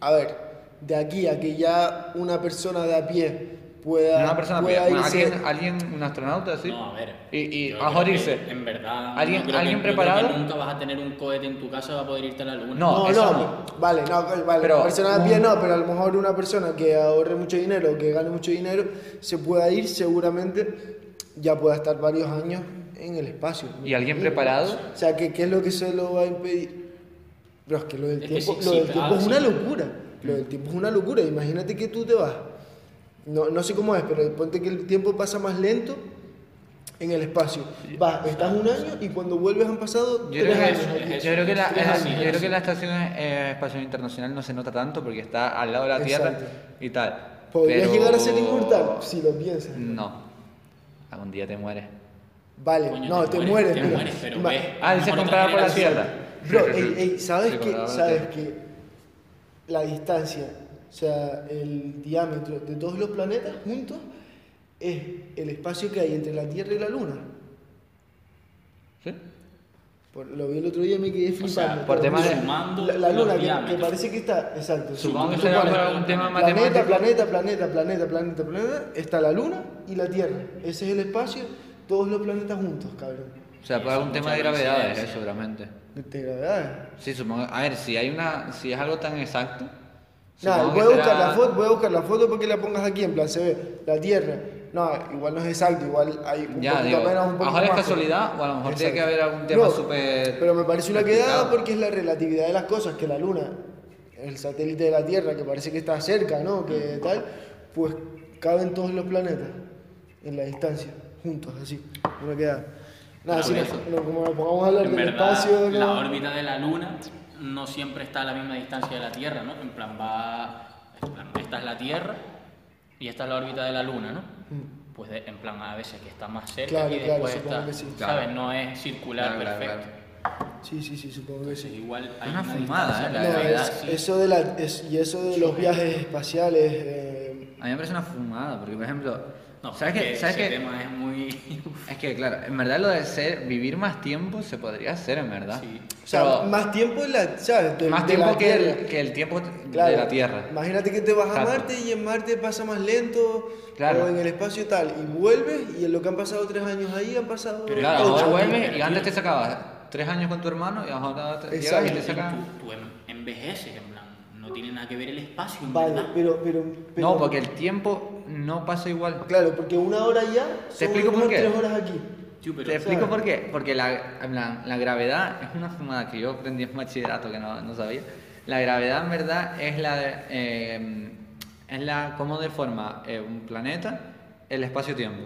[SPEAKER 1] a ver, de aquí a que ya una persona de a pie pueda.
[SPEAKER 2] una persona,
[SPEAKER 1] pueda
[SPEAKER 2] bueno,
[SPEAKER 1] irse-
[SPEAKER 2] alguien, alguien, un astronauta así.
[SPEAKER 3] No, a ver.
[SPEAKER 2] Y, y
[SPEAKER 3] yo
[SPEAKER 2] a
[SPEAKER 3] creo que,
[SPEAKER 2] morirse.
[SPEAKER 3] En verdad. no
[SPEAKER 2] ¿Alguien-
[SPEAKER 3] creo que-
[SPEAKER 2] alguien
[SPEAKER 3] yo creo que
[SPEAKER 2] preparado?
[SPEAKER 3] Nunca vas a tener un cohete en tu casa para poder irte a la luna.
[SPEAKER 2] No,
[SPEAKER 1] No,
[SPEAKER 2] eso
[SPEAKER 1] no,
[SPEAKER 2] no.
[SPEAKER 1] vale, no, vale,
[SPEAKER 2] Pero
[SPEAKER 1] una persona de a pie
[SPEAKER 2] un-
[SPEAKER 1] no, pero a lo mejor una persona que ahorre mucho dinero, que gane mucho dinero, se pueda ir seguramente, ya pueda estar varios años en el espacio.
[SPEAKER 2] Y alguien preparado.
[SPEAKER 1] O sea, que, ¿qué es lo que se lo va a impedir? Pero es que lo del
[SPEAKER 3] Es que
[SPEAKER 1] tiempo,
[SPEAKER 3] sí,
[SPEAKER 1] lo
[SPEAKER 3] sí,
[SPEAKER 1] del
[SPEAKER 3] ah,
[SPEAKER 1] tiempo es
[SPEAKER 3] sí.
[SPEAKER 1] una locura. Lo del tiempo es una locura. Imagínate que tú te vas. No, no sé cómo es, pero ponte que el tiempo pasa más lento en el espacio. Vas, estás un año y cuando vuelves han pasado
[SPEAKER 2] Yo
[SPEAKER 1] tres
[SPEAKER 2] creo, que,
[SPEAKER 1] años.
[SPEAKER 3] es-
[SPEAKER 1] aquí.
[SPEAKER 2] yo creo que la,
[SPEAKER 3] Tres
[SPEAKER 2] la-
[SPEAKER 3] años.
[SPEAKER 2] yo creo que la Estación eh, Espacial Internacional no se nota tanto porque está al lado de la Tierra
[SPEAKER 1] Exacto.
[SPEAKER 2] y tal.
[SPEAKER 1] Podrías
[SPEAKER 2] Pero- Mm.
[SPEAKER 1] llegar a ser inmortal si lo piensas.
[SPEAKER 2] No. Algún día te mueres.
[SPEAKER 1] Vale,
[SPEAKER 3] Coño,
[SPEAKER 1] no, te, mueres.
[SPEAKER 3] Te
[SPEAKER 1] mira.
[SPEAKER 3] mueres, pero
[SPEAKER 1] Ima-
[SPEAKER 3] ves.
[SPEAKER 2] Ah, dices
[SPEAKER 3] Por otra
[SPEAKER 2] comparado por la
[SPEAKER 3] generación.
[SPEAKER 2] Tierra.
[SPEAKER 1] Bro, ey, ey, ¿sabes
[SPEAKER 2] Sí,
[SPEAKER 1] que
[SPEAKER 2] comparado por la
[SPEAKER 1] ¿Sabes
[SPEAKER 2] Tierra.
[SPEAKER 1] que La distancia, o sea, el diámetro de todos los planetas juntos es el espacio que hay entre la Tierra y la Luna.
[SPEAKER 2] ¿Sí?
[SPEAKER 1] Por- lo vi el otro día y me quedé flipando.
[SPEAKER 3] sea,
[SPEAKER 2] por
[SPEAKER 1] pero
[SPEAKER 2] temas de-
[SPEAKER 1] la, la
[SPEAKER 3] los
[SPEAKER 1] Luna, que- que,
[SPEAKER 3] diámetros.
[SPEAKER 1] parece que está, exacto.
[SPEAKER 2] Supongo que
[SPEAKER 3] Supongo
[SPEAKER 2] será
[SPEAKER 3] que
[SPEAKER 2] por
[SPEAKER 3] vale.
[SPEAKER 2] algún tema matemático.
[SPEAKER 1] planeta, planeta, planeta, planeta, planeta, planeta, está la Luna y la Tierra. Ese es el espacio, todos los planetas juntos, cabrón.
[SPEAKER 2] O sea, por algún tema de gravedades, eh, seguramente.
[SPEAKER 1] De gravedad.
[SPEAKER 2] Sí, supongo. A ver, si hay una, si es algo tan exacto.
[SPEAKER 1] Nada,
[SPEAKER 2] supongo
[SPEAKER 1] voy a
[SPEAKER 2] que
[SPEAKER 1] buscar
[SPEAKER 2] será-
[SPEAKER 1] la foto, voy a buscar la foto porque la pongas aquí, en plan se ve la tierra. No, igual no es exacto, igual hay un
[SPEAKER 2] Ya,
[SPEAKER 1] poquito
[SPEAKER 2] digo,
[SPEAKER 1] menos, un
[SPEAKER 2] a lo
[SPEAKER 1] poquito
[SPEAKER 2] mejor es
[SPEAKER 1] más,
[SPEAKER 2] casualidad o a lo mejor tiene que haber algún tema súper
[SPEAKER 1] Pero me parece una quedada
[SPEAKER 2] complicado.
[SPEAKER 1] porque es la relatividad de las cosas, que la luna, el satélite de la Tierra, que parece que está cerca, ¿no?
[SPEAKER 2] Mm.
[SPEAKER 1] Que tal, pues caben todos los planetas en la distancia, juntos, así, una quedada. Nada,
[SPEAKER 3] Ah,
[SPEAKER 1] si nos,
[SPEAKER 3] bueno.
[SPEAKER 1] no, como nos pongamos a hablar
[SPEAKER 3] En
[SPEAKER 1] del
[SPEAKER 3] verdad,
[SPEAKER 1] espacio,
[SPEAKER 3] la
[SPEAKER 1] ¿no?
[SPEAKER 3] órbita de la Luna no siempre está a la misma distancia de la Tierra, ¿no? En plan, va. en plan, esta es la Tierra y esta es la órbita de la Luna, ¿no?
[SPEAKER 1] Mm.
[SPEAKER 3] Pues de- en plan, a veces que está más cerca
[SPEAKER 1] Claro,
[SPEAKER 3] y
[SPEAKER 1] claro,
[SPEAKER 3] después
[SPEAKER 1] supongo
[SPEAKER 3] está.
[SPEAKER 1] que sí.
[SPEAKER 2] Claro.
[SPEAKER 3] ¿Sabes? No es circular
[SPEAKER 2] Claro, claro,
[SPEAKER 3] perfecto.
[SPEAKER 2] claro.
[SPEAKER 1] sí, sí, sí, supongo que sí.
[SPEAKER 3] Entonces, igual hay
[SPEAKER 2] Una
[SPEAKER 3] una,
[SPEAKER 2] fumada,
[SPEAKER 3] distancia
[SPEAKER 2] ¿eh?
[SPEAKER 3] que
[SPEAKER 2] La
[SPEAKER 1] No,
[SPEAKER 3] en realidad
[SPEAKER 1] es-
[SPEAKER 3] sí-
[SPEAKER 1] eso de la, es- y eso de los viajes espaciales. eh,
[SPEAKER 2] A mí me parece una fumada, porque por ejemplo,
[SPEAKER 3] No,
[SPEAKER 2] ¿sabes
[SPEAKER 3] porque
[SPEAKER 2] qué? ¿Sabes
[SPEAKER 3] ese
[SPEAKER 2] qué?
[SPEAKER 3] tema es muy. (laughs)
[SPEAKER 2] Es que claro, en verdad lo de ser, vivir más tiempo se podría hacer, en verdad.
[SPEAKER 3] Sí.
[SPEAKER 1] o sea,
[SPEAKER 2] Pero
[SPEAKER 1] más tiempo en la, ¿sabes? De-
[SPEAKER 2] más
[SPEAKER 1] de la
[SPEAKER 2] tiempo que
[SPEAKER 1] Tierra.
[SPEAKER 2] el, que el tiempo de
[SPEAKER 1] Claro.
[SPEAKER 2] la Tierra.
[SPEAKER 1] Imagínate que te vas a
[SPEAKER 2] Exacto.
[SPEAKER 1] Marte y en Marte pasa más lento,
[SPEAKER 2] Claro.
[SPEAKER 1] o en el espacio tal, y vuelves, y en lo que han pasado tres años ahí han pasado.
[SPEAKER 3] Pero
[SPEAKER 2] claro,
[SPEAKER 1] ocho.
[SPEAKER 2] ahora
[SPEAKER 3] tío,
[SPEAKER 2] vuelves
[SPEAKER 3] pero
[SPEAKER 2] y antes te sacabas tres años con tu hermano y ahora te
[SPEAKER 1] Exacto.
[SPEAKER 2] llegas y te
[SPEAKER 3] Tú,
[SPEAKER 2] sacas...
[SPEAKER 3] tú en- envejeces, en plan, no tiene nada que ver el espacio, en
[SPEAKER 1] Vale,
[SPEAKER 3] verdad.
[SPEAKER 1] pero, pero, pero-
[SPEAKER 2] No, porque el tiempo no pasa igual.
[SPEAKER 1] Claro, porque una hora ya. son
[SPEAKER 2] explico
[SPEAKER 1] a lo mejor
[SPEAKER 2] por qué.
[SPEAKER 1] tres horas aquí.
[SPEAKER 3] Chu, pero,
[SPEAKER 2] Te explico por qué. Porque la, en plan, la gravedad es una fumada que yo aprendí en bachillerato que no, no sabía. La gravedad en verdad es la de, eh, es la cómo deforma eh, un planeta el espacio-tiempo.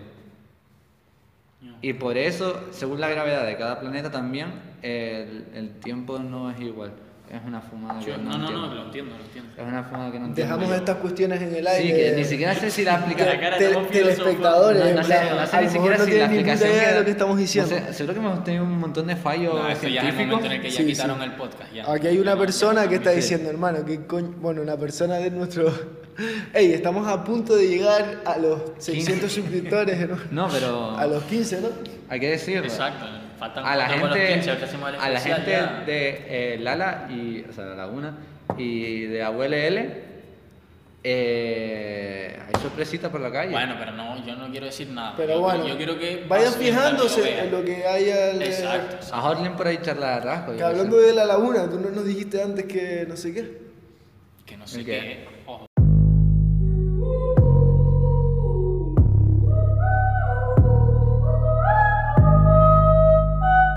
[SPEAKER 2] Y por eso, según la gravedad de cada planeta también, el, el tiempo no es igual. Es una fumada
[SPEAKER 3] Chu,
[SPEAKER 2] que no,
[SPEAKER 3] no, no,
[SPEAKER 2] entiendo.
[SPEAKER 3] no, lo entiendo, lo entiendo.
[SPEAKER 2] Es una fumada que no entiendo.
[SPEAKER 1] Dejamos estas cuestiones en el
[SPEAKER 2] Sí,
[SPEAKER 1] aire.
[SPEAKER 2] que ni siquiera sé si la
[SPEAKER 1] Te-
[SPEAKER 2] aplicación...
[SPEAKER 3] La cara,
[SPEAKER 1] te-
[SPEAKER 3] estamos
[SPEAKER 1] telespectadores,
[SPEAKER 2] No, no
[SPEAKER 1] en
[SPEAKER 2] sé,
[SPEAKER 1] plan,
[SPEAKER 2] no sé
[SPEAKER 1] a lo
[SPEAKER 2] ni
[SPEAKER 1] mejor Eh,
[SPEAKER 2] siquiera
[SPEAKER 1] no
[SPEAKER 2] si la
[SPEAKER 1] tienen ni puta
[SPEAKER 2] aplicación.
[SPEAKER 1] idea de
[SPEAKER 2] era-
[SPEAKER 1] lo que estamos
[SPEAKER 2] no
[SPEAKER 1] diciendo.
[SPEAKER 2] sé, seguro que hemos tenido un montón de fallos
[SPEAKER 3] No, esto ya es el
[SPEAKER 2] científicos.
[SPEAKER 3] momento en el que ya
[SPEAKER 1] Sí,
[SPEAKER 3] quitaron
[SPEAKER 1] sí.
[SPEAKER 3] el podcast. Ya.
[SPEAKER 1] Aquí hay una
[SPEAKER 3] No,
[SPEAKER 1] persona Ah, que está
[SPEAKER 2] sí.
[SPEAKER 1] diciendo, hermano, que coño. Bueno, una persona de nuestro. (laughs) Ey, estamos a punto de llegar a los 600 suscriptores, hermano.
[SPEAKER 2] No, pero
[SPEAKER 1] A los 15, ¿no?
[SPEAKER 2] hay que decirlo.
[SPEAKER 3] Exacto, faltan
[SPEAKER 2] A la
[SPEAKER 3] faltan buenos
[SPEAKER 2] gente,
[SPEAKER 3] 15, ahorita hacemos el
[SPEAKER 2] a la
[SPEAKER 3] especial,
[SPEAKER 2] gente
[SPEAKER 3] ya.
[SPEAKER 2] de eh, Lala y o sea, de Laguna y de AbueLL eh, hay sorpresita por la calle.
[SPEAKER 3] Bueno, pero no, yo no quiero decir nada.
[SPEAKER 1] Pero
[SPEAKER 3] yo,
[SPEAKER 1] bueno,
[SPEAKER 3] yo quiero que
[SPEAKER 1] vayan
[SPEAKER 3] pasen, que
[SPEAKER 1] fijándose
[SPEAKER 3] vean.
[SPEAKER 1] en lo que hay al.
[SPEAKER 3] Exacto.
[SPEAKER 2] a Jorlen por ahí charla de rasgo. yo
[SPEAKER 1] Que
[SPEAKER 2] qué sé.
[SPEAKER 1] hablando de la laguna, tú no nos dijiste antes que no sé qué.
[SPEAKER 3] Que no sé
[SPEAKER 2] ¿El
[SPEAKER 3] qué.
[SPEAKER 2] qué?